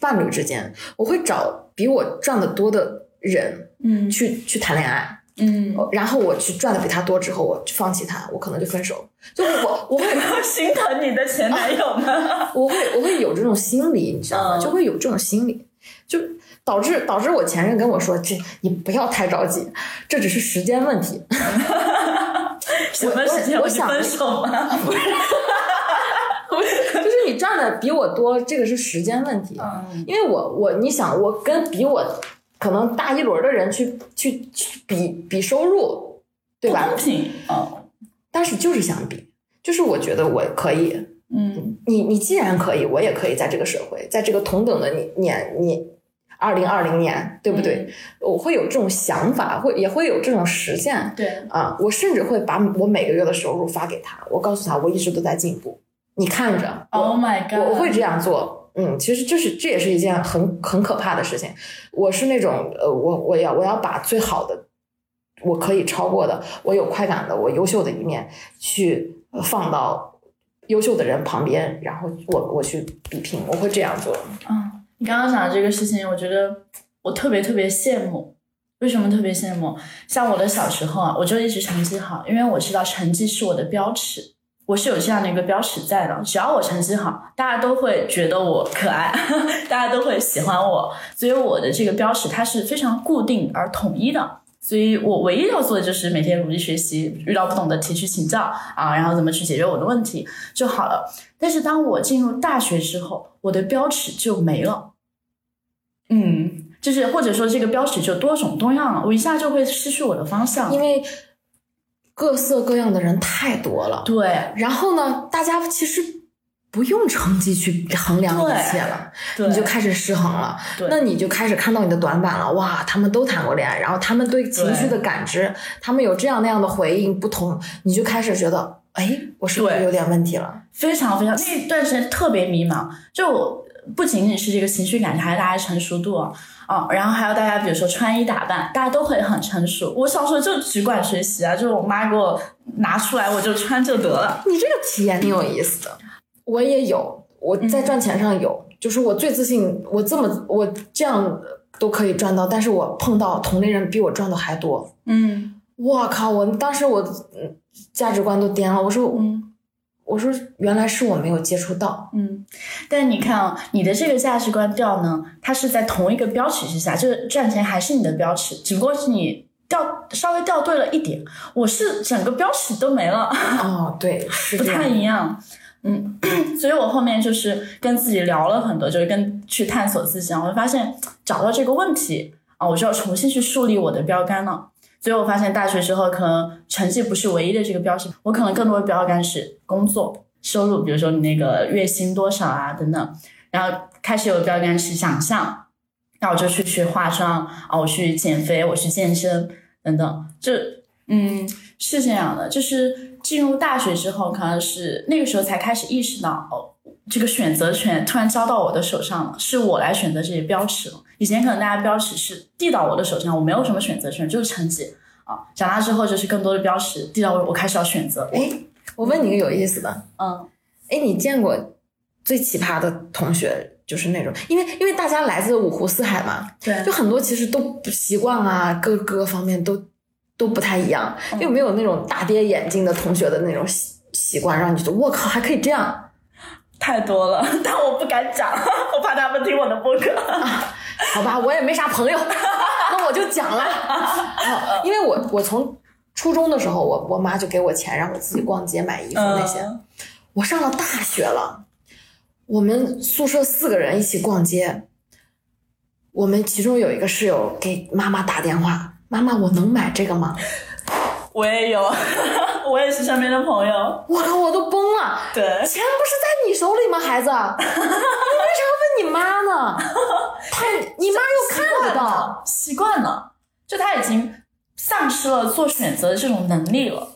Speaker 2: 伴侣之间，我会找比我赚的多的人
Speaker 3: 嗯
Speaker 2: 去去谈恋爱。
Speaker 3: 嗯，
Speaker 2: 然后我去赚的比他多之后，我就放弃他，我可能就分手了。就我我会
Speaker 3: 心疼你的前男友吗？
Speaker 2: 我会我会有这种心理，你知道吗？
Speaker 3: 嗯
Speaker 2: 就会有这种心理，就导致导致我前任跟我说：“这你不要太着急，这只是时间问题。
Speaker 3: 什么时间
Speaker 2: 我我
Speaker 3: 就
Speaker 2: 想
Speaker 3: 分手吗？
Speaker 2: 就是你赚的比我多，这个是时间问题。
Speaker 3: 嗯
Speaker 2: 因为我我你想，我跟比我可能大一轮的人去去去比比收入，对
Speaker 3: 不
Speaker 2: 吧
Speaker 3: 公？平，嗯
Speaker 2: 但是就是想比，就是我觉得我可以，
Speaker 3: 嗯
Speaker 2: 你你既然可以，我也可以在这个社会，在这个同等的你年你二零二零年，对不对？我会有这种想法，会也会有这种实践
Speaker 3: 对，
Speaker 2: 啊。我甚至会把我每个月的收入发给他，我告诉他我一直都在进步，你看着我
Speaker 3: Oh my god！
Speaker 2: 我我会这样做。嗯，其实这是这也是一件很很可怕的事情。我是那种呃，我我要我要把最好的，我可以超过的，我有快感的，我优秀的一面去呃放到优秀的人旁边，然后我我去比拼，我会这样做。
Speaker 3: 嗯，你刚刚讲的这个事情，我觉得我特别特别羡慕。为什么特别羡慕？像我的小时候啊，我就一直成绩好，因为我知道成绩是我的标尺，我是有这样的一个标尺在的。只要我成绩好，大家都会觉得我可爱， 大家都会喜欢我，所以我的这个标尺它是非常固定而统一的。所以我唯一要做的就是每天努力学习，遇到不懂的题去请教啊，然后怎么去解决我的问题就好了。但是当我进入大学之后，我的标尺就没了。嗯，就是或者说这个标尺就多种多样了，我一下就会失去我的方向
Speaker 2: 因。为各色各样的人太多了，
Speaker 3: 对
Speaker 2: 然后呢，大家其实不用成绩去衡量
Speaker 3: 对
Speaker 2: 一切了，
Speaker 3: 对，
Speaker 2: 你就开始失衡了。
Speaker 3: 对
Speaker 2: 那你就开始看到你的短板了。哇，他们都谈过恋爱，然后他们对情绪的感知，他们有这样那样的回应不同，你就开始觉得，哎，我是不是
Speaker 3: 对
Speaker 2: 有点问题了？
Speaker 3: 非常非常那一段时间特别迷茫，就我不仅仅是这个情绪感知，还有大家成熟度啊、哦，然后还有大家比如说穿衣打扮，大家都会很成熟。我小时候就只管学习啊，就是我妈给我拿出来我就穿就得了。
Speaker 2: 你这个体验挺有意思的。我也有，我
Speaker 3: 嗯
Speaker 2: 在赚钱上有，就是我最自信，我这么我这样都可以赚到，但是我碰到同类人比我赚的还多，
Speaker 3: 嗯
Speaker 2: 我靠！我当时我嗯价值观都颠了，我说
Speaker 3: 嗯。
Speaker 2: 我说原来是我没有接触到，
Speaker 3: 嗯，但你看啊、你的这个价值观调呢，它是在同一个标尺之下，就是赚钱还是你的标尺，只不过是你调稍微调对了一点，我是整个标尺都没了，
Speaker 2: 哦，对，是
Speaker 3: 啊不
Speaker 2: 这样
Speaker 3: 太。一样。嗯，所以我后面就是跟自己聊了很多，就是跟去探索自己，啊然后我发现找到这个问题啊，我就要重新去树立我的标杆了。所以我发现大学之后，可能成绩不是唯一的这个标尺，我可能更多的标杆是工作收入，比如说你那个月薪多少啊等等。然后开始有标杆是长相，那我就去学化妆啊，我去减肥，我去健身等等。这嗯是这样的，就是进入大学之后，可能是那个时候才开始意识到哦，这个选择权突然交到我的手上了，是我来选择这些标尺了。以前可能大家标尺是递到我的手上，我没有什么选择权，就是成绩。啊，长大之后就是更多的标尺递到我，我开始要选择。
Speaker 2: 哎，我问你个有意思的，
Speaker 3: 嗯
Speaker 2: 哎，你见过最奇葩的同学就是那种，因为因为大家来自五湖四海嘛，
Speaker 3: 对
Speaker 2: 就很多其实都不习惯啊，各各个方面都都不太一样，
Speaker 3: 嗯
Speaker 2: 又没有那种大跌眼镜的同学的那种习习惯，让你觉得我靠还可以这样。
Speaker 3: 太多了， 但我不敢讲， 我怕他们听我的播客。
Speaker 2: 好吧，我也没啥朋友，那我就讲了。哦因为我我从初中的时候，我我妈就给我钱让我自己逛街买衣服那些。
Speaker 3: 嗯
Speaker 2: 我上了大学了，我们宿舍四个人一起逛街，我们其中有一个室友给妈妈打电话。妈妈，我能买这个吗？
Speaker 3: 我也有， 我也是身边的朋友。
Speaker 2: 我靠，我都崩了！
Speaker 3: 对，
Speaker 2: 钱不是在你手里吗，孩子？你为啥问你妈呢？她，你妈又看不到。
Speaker 3: 习惯了，就他已经丧失了做选择的这种能力了。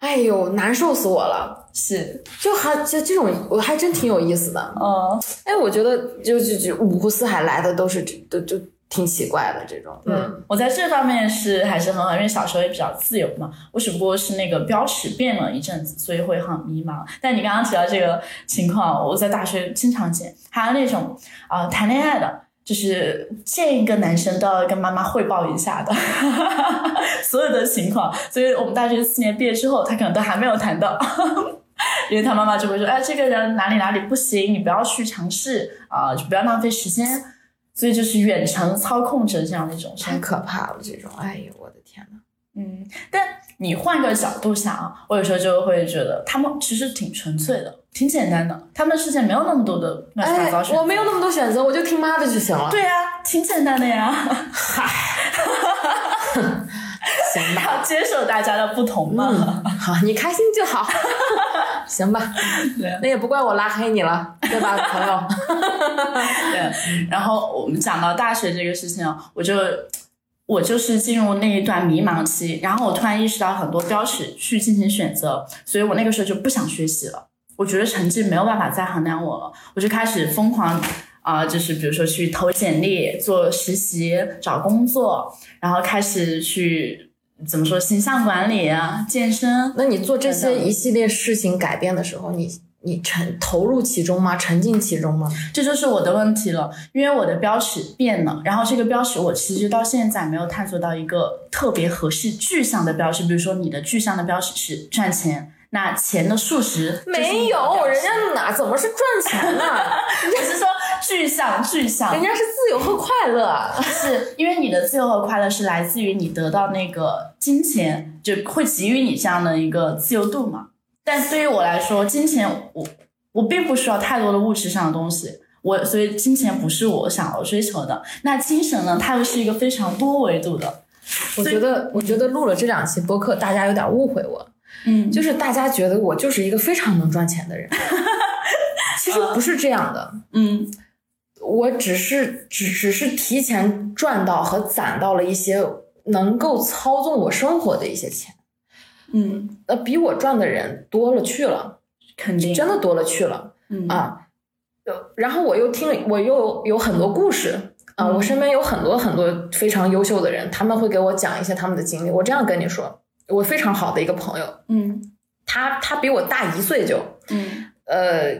Speaker 2: 哎呦，难受死我了！
Speaker 3: 是，
Speaker 2: 就还这这种，我还真挺有意思的。
Speaker 3: 嗯，
Speaker 2: 哎，我觉得就就就五湖四海来的都是这都就挺奇怪的这种。嗯
Speaker 3: 对，我在这方面是还是很好，因为小时候也比较自由嘛。我只不过是那个标尺变了一阵子，所以会很迷茫。但你刚刚提到这个情况，我在大学经常见，还有那种啊、呃谈恋爱的，就是见一个男生都要跟妈妈汇报一下的， 所有的情况。所以我们大学四年毕业之后，他可能都还没有谈到，因为他妈妈就会说：“哎，这个人哪里哪里不行，你不要去尝试啊、就不要浪费时间。”所以就是远程操控着这样的一种生活。
Speaker 2: 太可怕了，这种，哎呦，我的天呐。
Speaker 3: 嗯，但你换个角度想啊，我有时候就会觉得他们其实挺纯粹的，挺简单的，他们世界没有那么多的乱七八糟，
Speaker 2: 哎
Speaker 3: 选择。
Speaker 2: 我没有那么多选择，我就听妈的就行了。
Speaker 3: 对呀、挺简单的呀，
Speaker 2: 行吧，
Speaker 3: 要接受大家的不同嘛。
Speaker 2: 嗯，好，你开心就 好，行吧
Speaker 3: 对，
Speaker 2: 那也不怪我拉黑你了，对 吧，朋友？
Speaker 3: 对，然后我们讲到大学这个事情啊，我就我就是进入那一段迷茫期，然后我突然意识到很多标尺去进行选择，所以我那个时候就不想学习了，我觉得成绩没有办法再衡量我了，我就开始疯狂。啊、就是比如说去投简历、做实习、找工作，然后开始去怎么说形象管理啊、健身，
Speaker 2: 那你做这些
Speaker 3: 真的
Speaker 2: 一系列事情改变的时候，你你沉投入其中吗？沉浸其中吗？
Speaker 3: 这就是我的问题了，因为我的标尺变了，然后这个标尺我其实到现在没有探索到一个特别合适具象的标尺，比如说你的具象的标尺是赚钱，那钱的数值就是
Speaker 2: 没
Speaker 3: 你的标
Speaker 2: 有，
Speaker 3: 尺
Speaker 2: 人家哪怎么是赚钱呢？
Speaker 3: 我是说具象具象
Speaker 2: 人，家是自由和快乐。啊
Speaker 3: 是因为你的自由和快乐是来自于你得到那个金钱，就会给予你这样的一个自由度嘛。但对于我来说，金钱我我并不需要太多的物质上的东西，我所以金钱不是我想要追求的。那精神呢，它又是一个非常多维度的，
Speaker 2: 我觉得，我觉得录了这两期播客，大家有点误会我，
Speaker 3: 嗯，就
Speaker 2: 就是大家觉得我就是一个非常能赚钱的人， 其实不是这样的。
Speaker 3: 嗯
Speaker 2: 我只是只只是提前赚到和攒到了一些能够操纵我生活的一些钱，
Speaker 3: 嗯，
Speaker 2: 呃，比我赚的人多了去了，
Speaker 3: 肯定
Speaker 2: 真的多了去了
Speaker 3: 嗯
Speaker 2: 啊。呃然后我又听了，我又有很多故事啊，
Speaker 3: 嗯
Speaker 2: 我身边有很多很多非常优秀的人，他们会给我讲一些他们的经历。我这样跟你说，我非常好的一个朋友，
Speaker 3: 嗯
Speaker 2: 他他比我大一岁就，
Speaker 3: 嗯
Speaker 2: 呃，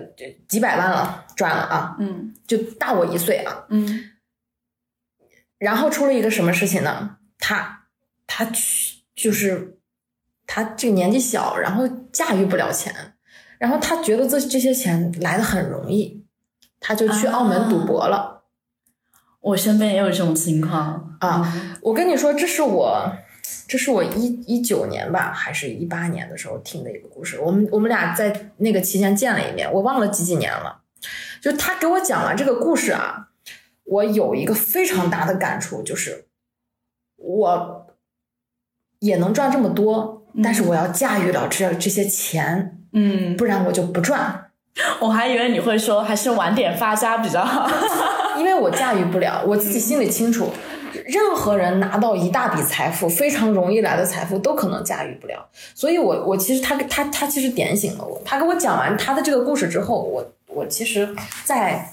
Speaker 2: 几百万了，赚了啊，
Speaker 3: 嗯
Speaker 2: 就大我一岁啊。
Speaker 3: 嗯
Speaker 2: 然后出了一个什么事情呢？他他去就是他这个年纪小，然后驾驭不了钱，然后他觉得这这些钱来的很容易，他就去
Speaker 3: 啊
Speaker 2: 澳门赌博了
Speaker 3: 我身边也有这种情况
Speaker 2: 啊！我跟你说，这是我。这是我一一九年吧，还是一八年的时候听的一个故事。我们我们俩在那个期间见了一面，我忘了几几年了。就他给我讲完这个故事啊，我有一个非常大的感触，就是我也能赚这么多，但是我要驾驭了这这些钱，
Speaker 3: 嗯，
Speaker 2: 不然我就不赚，
Speaker 3: 我还以为你会说还是晚点发家比较好，
Speaker 2: 因为我驾驭不了，我自己心里清楚。任何人拿到一大笔财富，非常容易来的财富，都可能驾驭不了。所以我，我其实他他他其实点醒了我。他跟我讲完他的这个故事之后，我我其实在，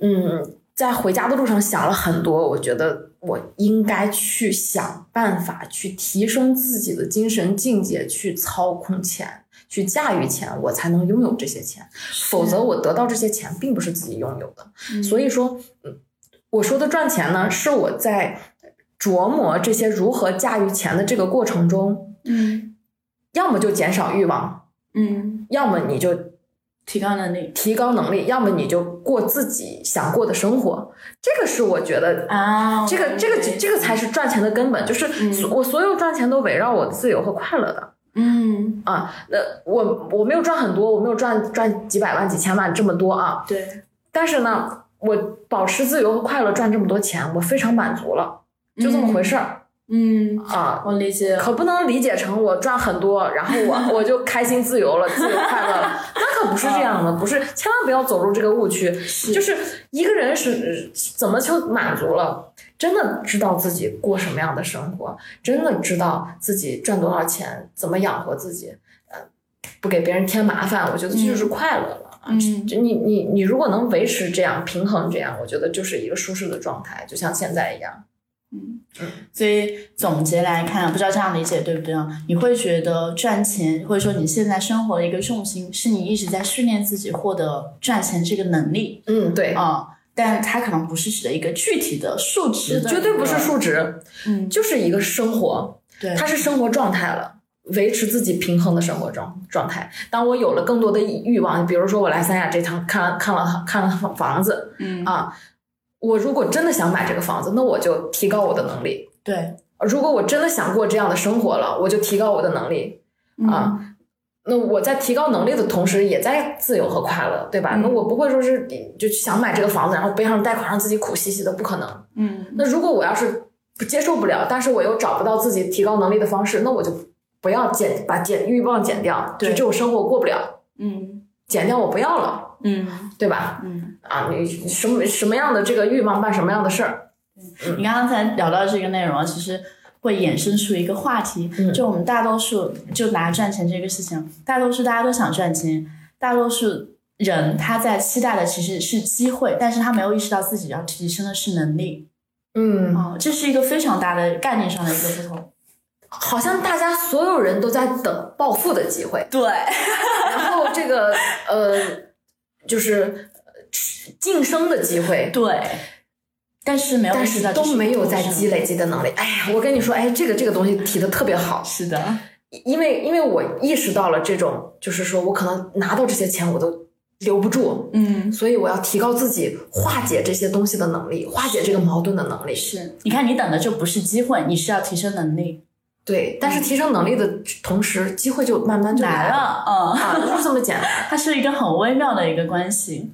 Speaker 2: 嗯，在回家的路上想了很多。我觉得我应该去想办法去提升自己的精神境界，去操控钱，去驾驭钱，我才能拥有这些钱。否则，我得到这些钱并不是自己拥有的。所以说，嗯，我说的赚钱呢，是我在琢磨这些如何驾驭钱的这个过程中，
Speaker 3: 嗯
Speaker 2: 要么就减少欲望，
Speaker 3: 嗯，
Speaker 2: 要么你就
Speaker 3: 提高能力
Speaker 2: 提高能力，要么你就过自己想过的生活。这个是我觉得。
Speaker 3: 啊
Speaker 2: 这个这个这个才是赚钱的根本，就是
Speaker 3: 嗯
Speaker 2: 所我所有赚钱都围绕我自由和快乐的
Speaker 3: 嗯
Speaker 2: 啊。那我我没有赚很多，我没有赚赚几百万、几千万这么多啊，
Speaker 3: 对，
Speaker 2: 但是呢，我保持自由和快乐，赚这么多钱，我非常满足了，就这么回事儿、
Speaker 3: 嗯，
Speaker 2: 啊。
Speaker 3: 我理解，
Speaker 2: 可不能理解成我赚很多，然后 我我就开心自由了，自由快乐了，那可不是这样的，不是，千万不要走入这个误区。啊就是一个人是怎么就满足了，真的知道自己过什么样的生活，真的知道自己赚多少钱，怎么养活自己，呃，不给别人添麻烦，我觉得这就是快乐了。啊。
Speaker 3: 嗯
Speaker 2: 就你你你如果能维持这样平衡这样，我觉得就是一个舒适的状态，就像现在一样。
Speaker 3: 所以总结来看，不知道这样理解对不对啊？你会觉得赚钱，或者说你现在生活的一个重心，是你一直在训练自己获得赚钱这个能力
Speaker 2: 嗯，对，
Speaker 3: 啊、但它可能不是指的一个具体的数值的，
Speaker 2: 绝对不是，数值，
Speaker 3: 嗯，
Speaker 2: 就是一个生活，
Speaker 3: 对，
Speaker 2: 它是生活状态了。维持自己平衡的生活状状态。当我有了更多的欲望，比如说我来三亚这趟看了看了看了房子
Speaker 3: 嗯
Speaker 2: 啊，我如果真的想买这个房子，那我就提高我的能力；
Speaker 3: 对
Speaker 2: 如果我真的想过这样的生活了，我就提高我的能力。
Speaker 3: 嗯
Speaker 2: 啊，那我在提高能力的同时，也在自由和快乐，对吧？
Speaker 3: 嗯
Speaker 2: 那我不会说是就想买这个房子，然后背上贷款让自己苦兮兮的，不可能。
Speaker 3: 嗯
Speaker 2: 那如果我要是不接受不了，但是我又找不到自己提高能力的方式，那我就不要减，把减欲望减掉，就
Speaker 3: 对
Speaker 2: 这种生活我过不了，
Speaker 3: 嗯
Speaker 2: 减掉我不要了，
Speaker 3: 嗯
Speaker 2: 对吧？
Speaker 3: 嗯。
Speaker 2: 啊，你什么什么样的这个欲望办什么样的事儿，嗯
Speaker 3: 你刚才聊到这个内容啊，其实会衍生出一个话题，
Speaker 2: 嗯
Speaker 3: 就我们大多数就拿赚钱这个事情，大多数大家都想赚钱，大多数人他在期待的其实是机会，但是他没有意识到自己要提升的是能力。
Speaker 2: 嗯，
Speaker 3: 哦，这是一个非常大的概念上的一个不同。
Speaker 2: 好像大家所有人都在等暴富的机会。
Speaker 3: 对，
Speaker 2: 然后这个呃，就是呃晋升的机会，
Speaker 3: 对，但是没有
Speaker 2: 但
Speaker 3: 意识
Speaker 2: 是
Speaker 3: 到这
Speaker 2: 都
Speaker 3: 是一个
Speaker 2: 没有
Speaker 3: 过
Speaker 2: 在
Speaker 3: 程
Speaker 2: 积。累自己的能力。哎呀，我跟你说，哎，这个这个东西提的特别好，
Speaker 3: 是的，
Speaker 2: 因为因为我意识到了这种，就是说我可能拿到这些钱我都留不住，
Speaker 3: 嗯，
Speaker 2: 所以我要提高自己化解这些东西的能力，化解这个矛盾的能力。
Speaker 3: 是。你看，你等的就不是机会，你是要提升能力，
Speaker 2: 对，但是提升能力的同时，机会就慢慢就来
Speaker 3: 来
Speaker 2: 了。
Speaker 3: 了，嗯，
Speaker 2: 啊，就是这么简单，
Speaker 3: 它是一个很微妙的一个关系。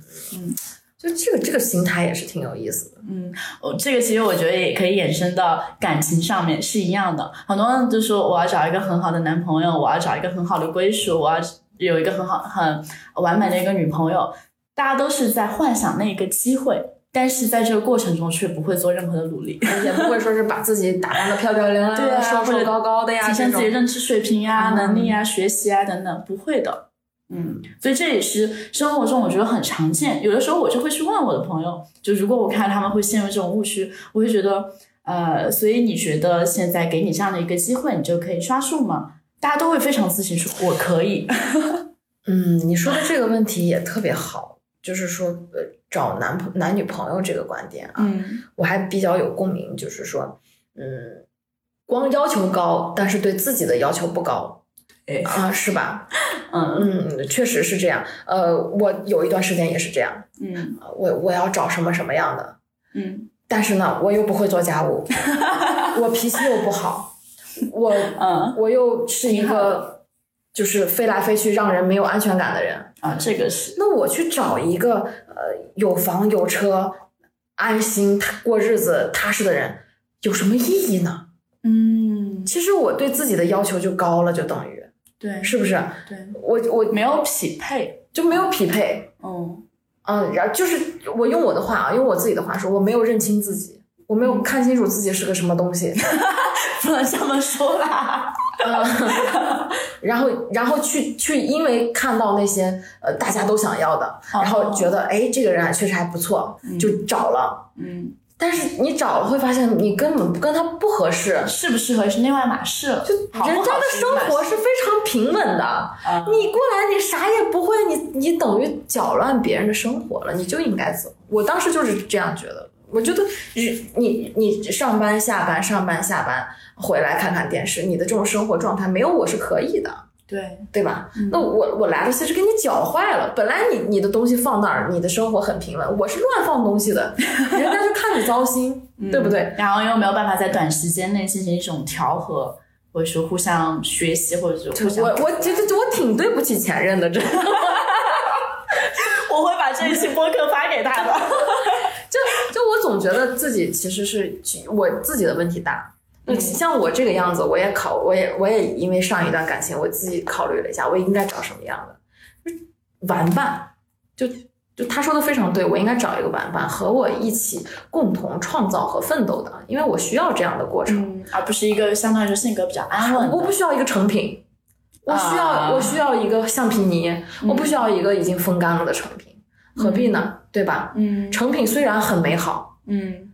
Speaker 2: 就这个这个心态也是挺有意思的。
Speaker 3: 嗯，我这个其实我觉得也可以衍生到感情上面是一样的。很多人就说我要找一个很好的男朋友，我要找一个很好的归属，我要有一个很好很完美的一个女朋友。大家都是在幻想那一个机会，但是在这个过程中却不会做任何的努力，
Speaker 2: 也不会说是把自己打扮的漂漂亮亮的、瘦
Speaker 3: 或
Speaker 2: 瘦
Speaker 3: 者
Speaker 2: 高高的呀，
Speaker 3: 啊提
Speaker 2: 这
Speaker 3: 升自己
Speaker 2: 种。
Speaker 3: 认知水平呀、
Speaker 2: 嗯
Speaker 3: 能力呀、学习啊等等，不会的。嗯，所以这也是生活中我觉得很常见。有的时候我就会去问我的朋友，就如果我看他们会陷入这种误区，我会觉得，呃，所以你觉得现在给你这样的一个机会，你就可以刷数吗？大家都会非常自信说我可 以。
Speaker 2: 嗯，你说的这个问题也特别好，就是说，呃，找男朋男女朋友这个观点啊，
Speaker 3: 嗯
Speaker 2: 我还比较有共鸣，就是说，嗯，光要求高，但是对自己的要求不高，
Speaker 3: 哎
Speaker 2: 啊，是吧？
Speaker 3: 嗯
Speaker 2: 嗯，确实是这样。呃，我有一段时间也是这样，呃
Speaker 3: 嗯
Speaker 2: 我我要找什么什么样的，
Speaker 3: 嗯
Speaker 2: 但是呢，我又不会做家务，我脾气又不好，我
Speaker 3: 嗯
Speaker 2: 我又是一
Speaker 3: 挺好
Speaker 2: 个就是飞来飞去让人没有安全感的人，
Speaker 3: 啊，这个是
Speaker 2: 那我去找一个呃有房有车、安心踏过日子踏实的人，有什么意义呢？
Speaker 3: 嗯
Speaker 2: 其实我对自己的要求就高了，就等于
Speaker 3: 对
Speaker 2: 是不是？
Speaker 3: 对，
Speaker 2: 我我
Speaker 3: 没有匹配。
Speaker 2: 就没有匹配，
Speaker 3: 嗯
Speaker 2: 嗯，然后就是我用我的话啊，用我自己的话说，我没有认清自己，我没有看清楚自己是个什么东西。
Speaker 3: 不能这么说啦。
Speaker 2: 然后，然后去去，因为看到那些呃大家都想要的，
Speaker 3: 哦
Speaker 2: 然后觉得哎这个人确实还不错，就找了。
Speaker 3: 嗯。
Speaker 2: 但是你找了会发现你根本跟他不合适，
Speaker 3: 适不适合是另外一码事了，就
Speaker 2: 人家的生活是非常平稳的。
Speaker 3: 嗯
Speaker 2: 你过来你啥也不会，你你等于搅乱别人的生活了，你就应该走。我当时就是这样觉得。我觉得你你你上班下班上班下班回来看看电视，你的这种生活状态没有我是可以的。
Speaker 3: 对，
Speaker 2: 对吧？那我我来了，其实给你搅坏了。本来你你的东西放那儿，你的生活很平稳，我是乱放东西的，人家就看你糟心，对不对？
Speaker 3: 然后又没有办法在短时间内进行一种调和，或者说互相学习，或者说互相
Speaker 2: 我 我觉得我挺对不起前任的， 真的。
Speaker 3: 我会把这一期播客发给他 的。
Speaker 2: 就就我总觉得自己其实是我自己的问题大。像我这个样子，我也考，我也我也因为上一段感情，我自己考虑了一下，我应该找什么样的玩伴。就就他说的非常对，我应该找一个玩伴和我一起共同创造和奋斗的，因为我需要这样的过程。
Speaker 3: 嗯，而不是一个相对来说性格比较安稳的。
Speaker 2: 我不需要一个成品，我需要、
Speaker 3: 啊
Speaker 2: 我需要一个橡皮泥，我不需要一个已经风干了的成品，何必呢？对吧？
Speaker 3: 嗯
Speaker 2: 成品虽然很美好，
Speaker 3: 嗯，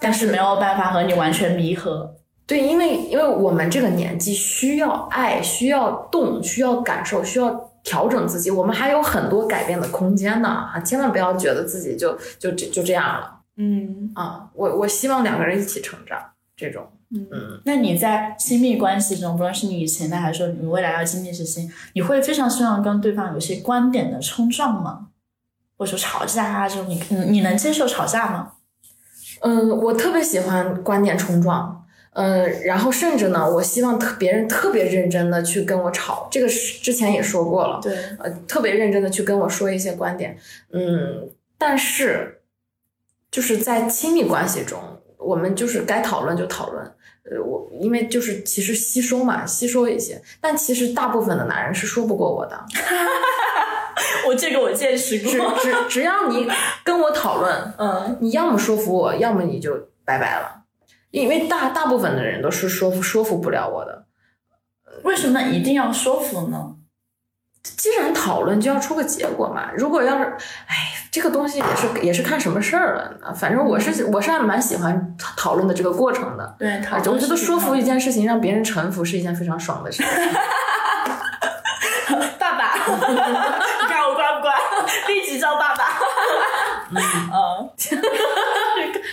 Speaker 3: 但是没有办法和你完全弥合。
Speaker 2: 对，因为因为我们这个年纪需要爱，需要动，需要感受，需要调整自己，我们还有很多改变的空间呢啊！千万不要觉得自己就就就就这样了
Speaker 1: 嗯
Speaker 2: 啊！我我希望两个人一起成长，这种
Speaker 3: 嗯，那你在亲密关系中，不论是你以前的还是说你未来要经历这些，你会非常希望跟对方有些观点的冲撞吗？或者说吵架啊这种，你你你能接受吵架吗？
Speaker 2: 嗯，我特别喜欢观点冲撞，嗯，然后甚至呢，我希望特别人特别认真的去跟我吵，这个是之前也说过了，
Speaker 3: 对，
Speaker 2: 呃，特别认真的去跟我说一些观点，嗯，但是就是在亲密关系中，我们就是该讨论就讨论，呃，我因为就是其实吸收嘛，吸收一些，但其实大部分的男人是说不过我的，
Speaker 3: 我这个我见识
Speaker 2: 只
Speaker 3: 过，
Speaker 2: 只只要你跟我讨论，
Speaker 3: 嗯，
Speaker 2: 你要么说服我，要么你就拜拜了，因为大大部分的人都是说服说服不了我的。
Speaker 3: 为什么一定要说服呢？
Speaker 2: 既然讨论就要出个结果嘛，如果要是，哎，这个东西也是也是看什么事儿了。反正我是我是还蛮喜欢讨讨论的这个过程的，
Speaker 3: 对，嗯讨
Speaker 2: 而且
Speaker 3: 论
Speaker 2: 我觉得
Speaker 3: 是
Speaker 2: 说服
Speaker 3: 一
Speaker 2: 一件事情让别人臣服是一件非常爽的事情。
Speaker 3: 个爸 爸，你看我乖不乖？ 立即叫爸爸。嗯，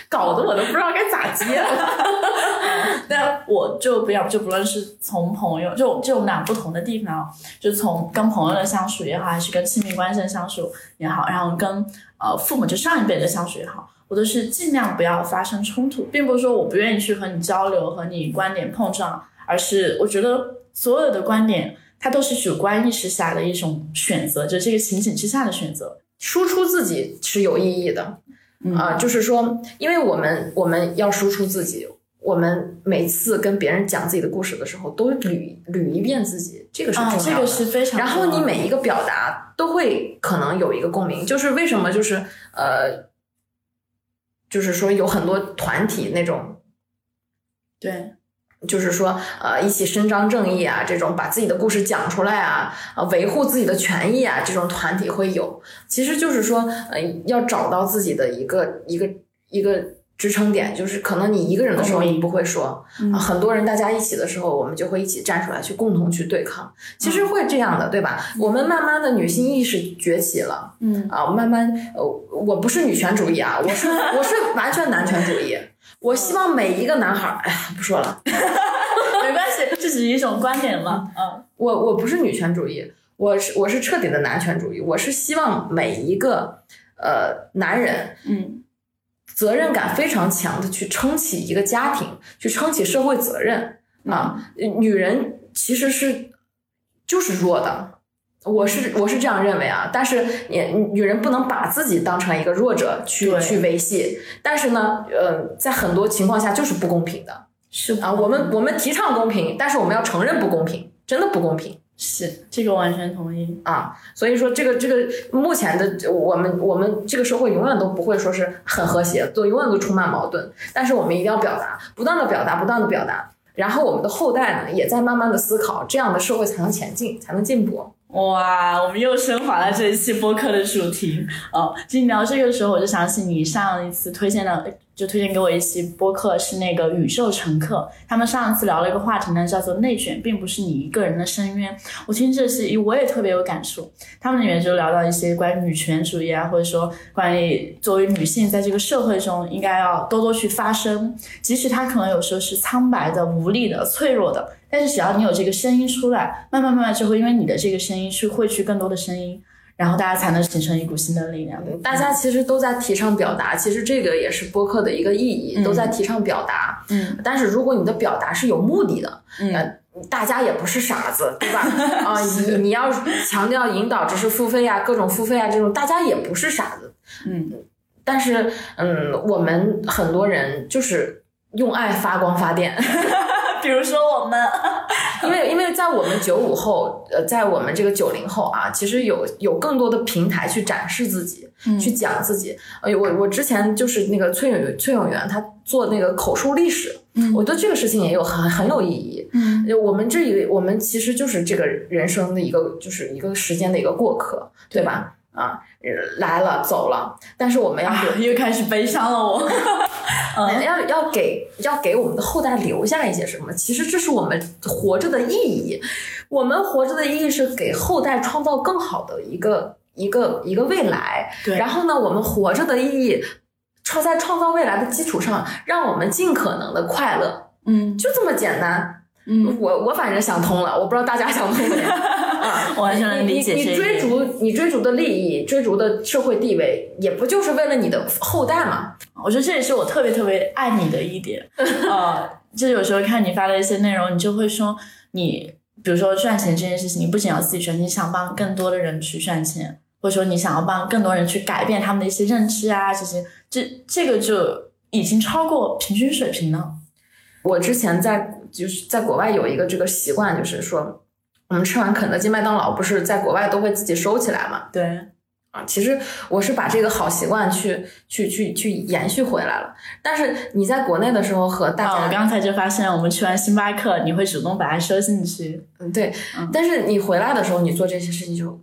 Speaker 2: 搞得我都不知道该咋接了。
Speaker 3: 那我就不要，就不论是从朋友，就就我们俩不同的地方，就从跟朋友的相处也好，还是跟亲密关系的相处也好，然后跟呃父母就上一辈的相处也好，我都是尽量不要发生冲突，并不是说我不愿意去和你交流、和你观点碰撞，而是我觉得所有的观点它都是主观意识下的一种选择，就这个情景之下的选择。
Speaker 2: 输出自己是有意义的，
Speaker 3: 嗯
Speaker 2: 啊、就是说，因为我们我们要输出自己，我们每次跟别人讲自己的故事的时候，都捋捋一遍自己，这个是重
Speaker 3: 啊，
Speaker 2: 要的。
Speaker 3: 这个是非常。
Speaker 2: 然后你每一个表达都会可能有一个共鸣，就是为什么就是呃，就是说有很多团体那种
Speaker 3: 对
Speaker 2: 就是说，呃，一起伸张正义啊，这种把自己的故事讲出来啊，呃，维护自己的权益啊，这种团体会有。其实就是说，呃，要找到自己的一个一个一个支撑点，就是可能你一个人的时候
Speaker 3: 共鸣
Speaker 2: 你不会说，
Speaker 3: 嗯
Speaker 2: 啊，很多人大家一起的时候，我们就会一起站出来去共同去对抗。其
Speaker 3: 嗯
Speaker 2: 实会这样的，对吧？我们慢慢的女性意识崛起了
Speaker 3: 嗯
Speaker 2: 啊，慢慢，呃，我不是女权主义啊，我是我是完全男权主义。我希望每一个男孩儿，哎呀，不说了。
Speaker 3: 没关系，这只是一种观点嘛。嗯
Speaker 2: 我我不是女权主义，我是我是彻底的男权主义，我是希望每一个呃男人
Speaker 3: 嗯
Speaker 2: 责任感非常强的去撑起一个家庭，去撑起社会责任啊、女人其实是就是弱的。我是我是这样认为啊，但是你女人不能把自己当成一个弱者去
Speaker 3: 对
Speaker 2: 去维系，但是呢，呃，在很多情况下就是不公平的
Speaker 3: 是
Speaker 2: 啊。我们我们提倡公平，但是我们要承认不公平，真的不公平。
Speaker 3: 是这个完全同意。
Speaker 2: 啊，所以说这个这个目前的我们我们这个社会永远都不会说是很和谐，都永远都充满矛盾。但是我们一定要表达，不断的表达，不断的表达。然后我们的后代呢，也在慢慢的思考，这样的社会才能前进，才能进步。
Speaker 3: 哇，我们又升华了这一期播客的主题哦。其实你聊这个时候，我就想起你上一次推荐的，就推荐给我一期播客是那个宇宙乘客，他们上一次聊了一个话题呢，叫做内卷并不是你一个人的深渊。我听这期我也特别有感触，他们里面就聊到一些关于女权主义啊，或者说关于呃作为女性在这个社会中应该要多多去发声，即使她可能有时候是苍白的、无力的、脆弱的，但是只要你有这个声音出来，慢慢慢慢就会因为你的这个声音去汇聚更多的声音，然后大家才能形成一股新的力量。
Speaker 2: 大家其实都在提倡表达，其实这个也是播客的一个意义，都在提倡表达。
Speaker 3: 嗯，
Speaker 2: 但是如果你的表达是有目的的，
Speaker 3: 嗯
Speaker 2: 呃，大家也不是傻子，对吧？啊、你你要强调引导知识付费啊，各种付费啊，这种大家也不是傻子，
Speaker 3: 嗯。
Speaker 2: 但是，嗯，我们很多人就是用爱发光发电，
Speaker 3: 比如说我们，
Speaker 2: 因为因为在我们九五后，呃，在我们这个九零后啊，其实有有更多的平台去展示自己，
Speaker 3: 嗯
Speaker 2: 去讲自己。哎呦，我我之前就是那个崔永崔永元，他做那个口述历史，
Speaker 3: 嗯
Speaker 2: 我对这个事情也有很很有意义。
Speaker 3: 嗯
Speaker 2: 就我们 这一我们其实就是这个人生的一个就是一个时间的一个过客，对吧？啊，呃来了走了，但是我们要
Speaker 3: 啊，又开始悲伤了我。
Speaker 2: 哎要要给要给我们的后代留下一些什么？其实这是我们活着的意义。我们活着的意义是给后代创造更好的一个一个一个未来。
Speaker 3: 对
Speaker 2: 然后呢，我们活着的意义，创在创造未来的基础上，让我们尽可能的快乐，
Speaker 3: 嗯
Speaker 2: 就这么简单。
Speaker 3: 嗯，
Speaker 2: 我我反正想通了，我不知道大家想通没。 啊，
Speaker 3: 完全能
Speaker 2: 你
Speaker 3: 理
Speaker 2: 你
Speaker 3: 解这
Speaker 2: 你
Speaker 3: 一
Speaker 2: 追
Speaker 3: 点。
Speaker 2: 逐你追逐的利益，追逐的社会地位，也不就是为了你的后代嘛？
Speaker 3: 我觉得这也是我特别特别爱你的一 点。呃，就有时候看你发的一些内容，你就会说你，比如说赚钱这件事情，你不仅要自己赚钱，你想帮更多的人去赚钱，或者说你想要帮更多人去改变他们的一些认知啊，这些，这这个就已经超过平均水平了。
Speaker 2: 我之前在就是在国外有一个这个习惯，就是说我们吃完肯德基、麦当劳，不是在国外都会自己收起来嘛？
Speaker 3: 对，
Speaker 2: 啊，其实我是把这个好习惯去去去去延续回来了。但是你在国内的时候和大
Speaker 3: 啊，我
Speaker 2: 家，
Speaker 3: 刚才就发现，我们去完星巴克，你会主动把它收进去，
Speaker 2: 嗯，对
Speaker 3: 嗯，
Speaker 2: 但是你回来的时候，你做这些事情就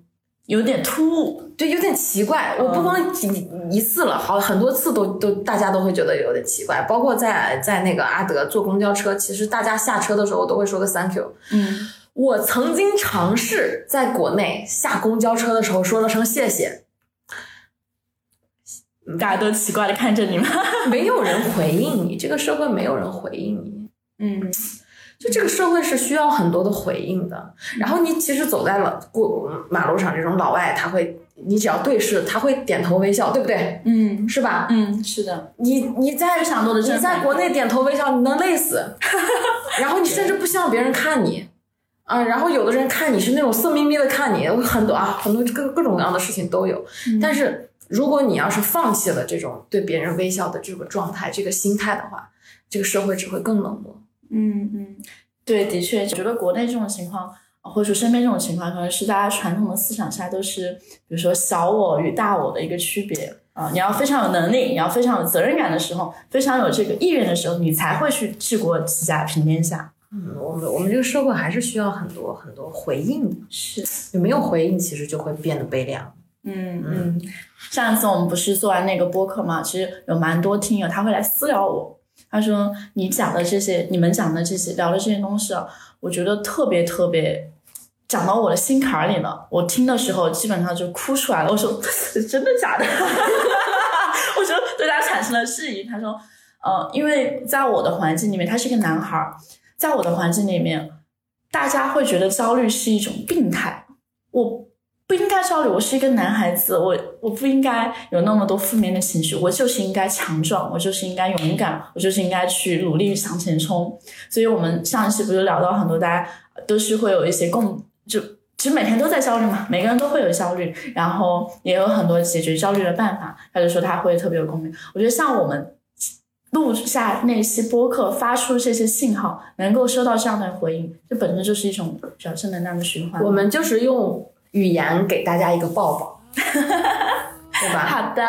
Speaker 3: 有点突兀。
Speaker 2: 对，有点奇怪。我
Speaker 3: 哦
Speaker 2: 不光一一次了，好很多次都都大家都会觉得有点奇怪。包括在在那个阿德坐公交车，其实大家下车的时候都会说个 thank you。
Speaker 3: 嗯，
Speaker 2: 我曾经尝试在国内下公交车的时候说了声谢谢，
Speaker 3: 大家都奇怪的看着你们。
Speaker 2: 没有人回应你，这个社会没有人回应你。
Speaker 3: 嗯，
Speaker 2: 就这个社会是需要很多的回应的。然后你其实走在老过马路上，这种老外他会，你只要对视，他会点头微笑，对不对？
Speaker 3: 嗯
Speaker 2: 是吧？
Speaker 3: 嗯，是的，
Speaker 2: 你你在
Speaker 3: 非常多的正
Speaker 2: 你
Speaker 3: 反
Speaker 2: 在
Speaker 3: 馈
Speaker 2: 国内点头微笑，你能累死。 然后你甚至不希望别人看你，啊，然后有的人看你是那种色眯眯的看你，很多啊，很多各各种各样的事情都有。但是如果你要是放弃了这种对别人微笑的这个状态、这个心态的话，这个社会只会更冷漠。
Speaker 3: 嗯嗯，对，的确，觉得国内这种情况，或者说身边这种情况，可能是大家传统的思想下都是，比如说小我与大我的一个区别啊、你要非常有能力，你要非常有责任感的时候，非常有这个意愿的时候，你才会去治国治家平天下。
Speaker 2: 嗯，我们我们这个社会还是需要很多很多回应的，
Speaker 3: 是，
Speaker 2: 你没有回应，其实就会变得悲凉。
Speaker 3: 嗯嗯，上一次我们不是做完那个播客嘛，其实有蛮多听友他会来私聊我，他说你讲的这些，你们讲的这些聊的这些东西啊，我觉得特别特别。讲到我的心坎儿里了，我听的时候基本上就哭出来了。我说真的假的？ 我就对他产生了质疑。他说，呃，因为在我的环境里面，他是一个男孩儿，在我的环境里面，大家会觉得焦虑是一种病态。我不应该焦虑，我是一个男孩子，我我不应该有那么多负面的情绪，我就是应该强壮，我就是应该勇敢，我就是应该去努力向前冲。所以我们上一期不是聊到很多大家呃都是会有一些共就。其实每天都在焦虑嘛，每个人都会有焦虑，然后也有很多解决焦虑的办法。他就说他会特别有共鸣。我觉得像我们录下那期播客，发出这些信号，能够收到这样的回应，这本身就是一种比较正能量的循环。
Speaker 2: 我们就是用语言给大家一个抱 抱，对吧？
Speaker 3: 好的，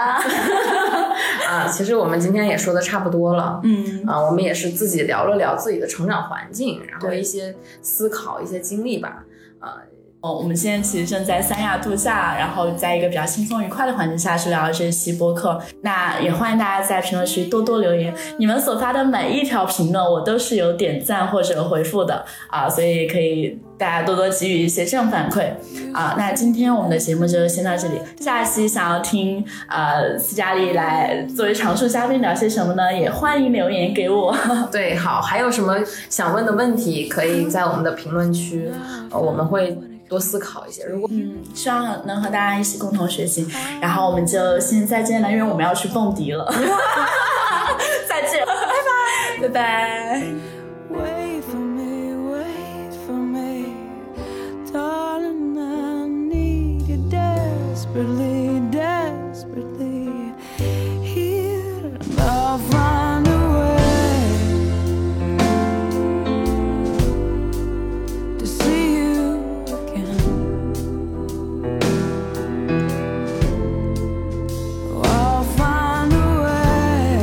Speaker 2: 啊，其实我们今天也说的差不多了。
Speaker 3: 嗯，
Speaker 2: 啊，我们也是自己聊了聊自己的成长环境，然后
Speaker 3: 对
Speaker 2: 一些思考、一些经历吧。啊，
Speaker 3: 哦，我们现在其实正在三亚度假，然后在一个比较轻松愉快的环境下去聊这一期播客。那也欢迎大家在评论区多多留言，你们所发的每一条评论我都是有点赞或者回复的啊，所以可以大家多多给予一些正反馈啊。那今天我们的节目就先到这里，下期想要听呃斯嘉丽来作为常驻嘉宾聊些什么呢？也欢迎留言给我。
Speaker 2: 对，好，还有什么想问的问题，可以在我们的评论区，呃我们会多思考一些。如果
Speaker 3: 嗯，希望能和大家一起共同学习。然后我们就先再见了，因为我们要去蹦迪 了。再见，拜拜，拜拜。
Speaker 4: Wait for me, wait for me. Darling, I need you desperately, desperately. Here and I'll find a way to see you again. I'll find a way.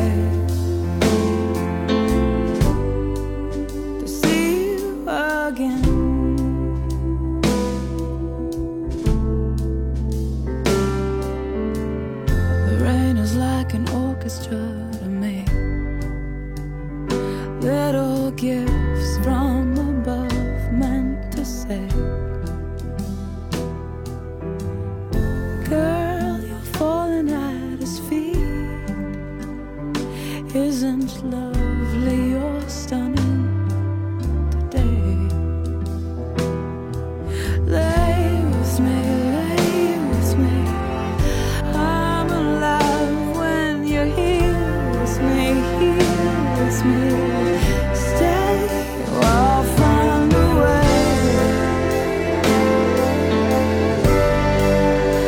Speaker 4: Isn't lovely or stunning today? Lay with me, lay with me. I'm alive when you're here with me, here with me. Stay or I'll find a way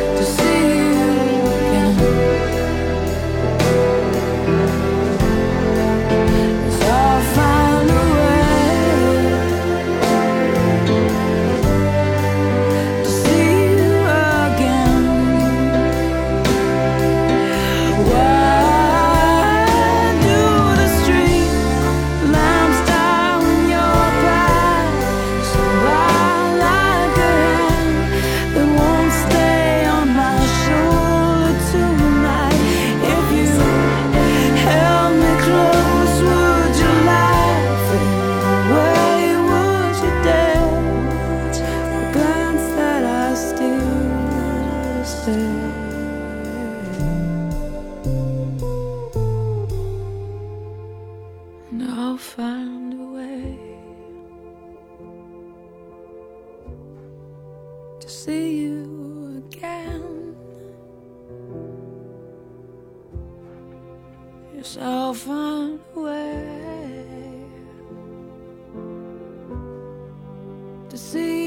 Speaker 4: to see you again. So I'll find a way to see you again. Why do the street lamps down your path? So I like a hand that won't stay on my shoulder tonight. If you held me close, would you laugh in the way? Would you dare the glance that I still stay? and I'll find a way to see you again. Yes, I'll find a way to see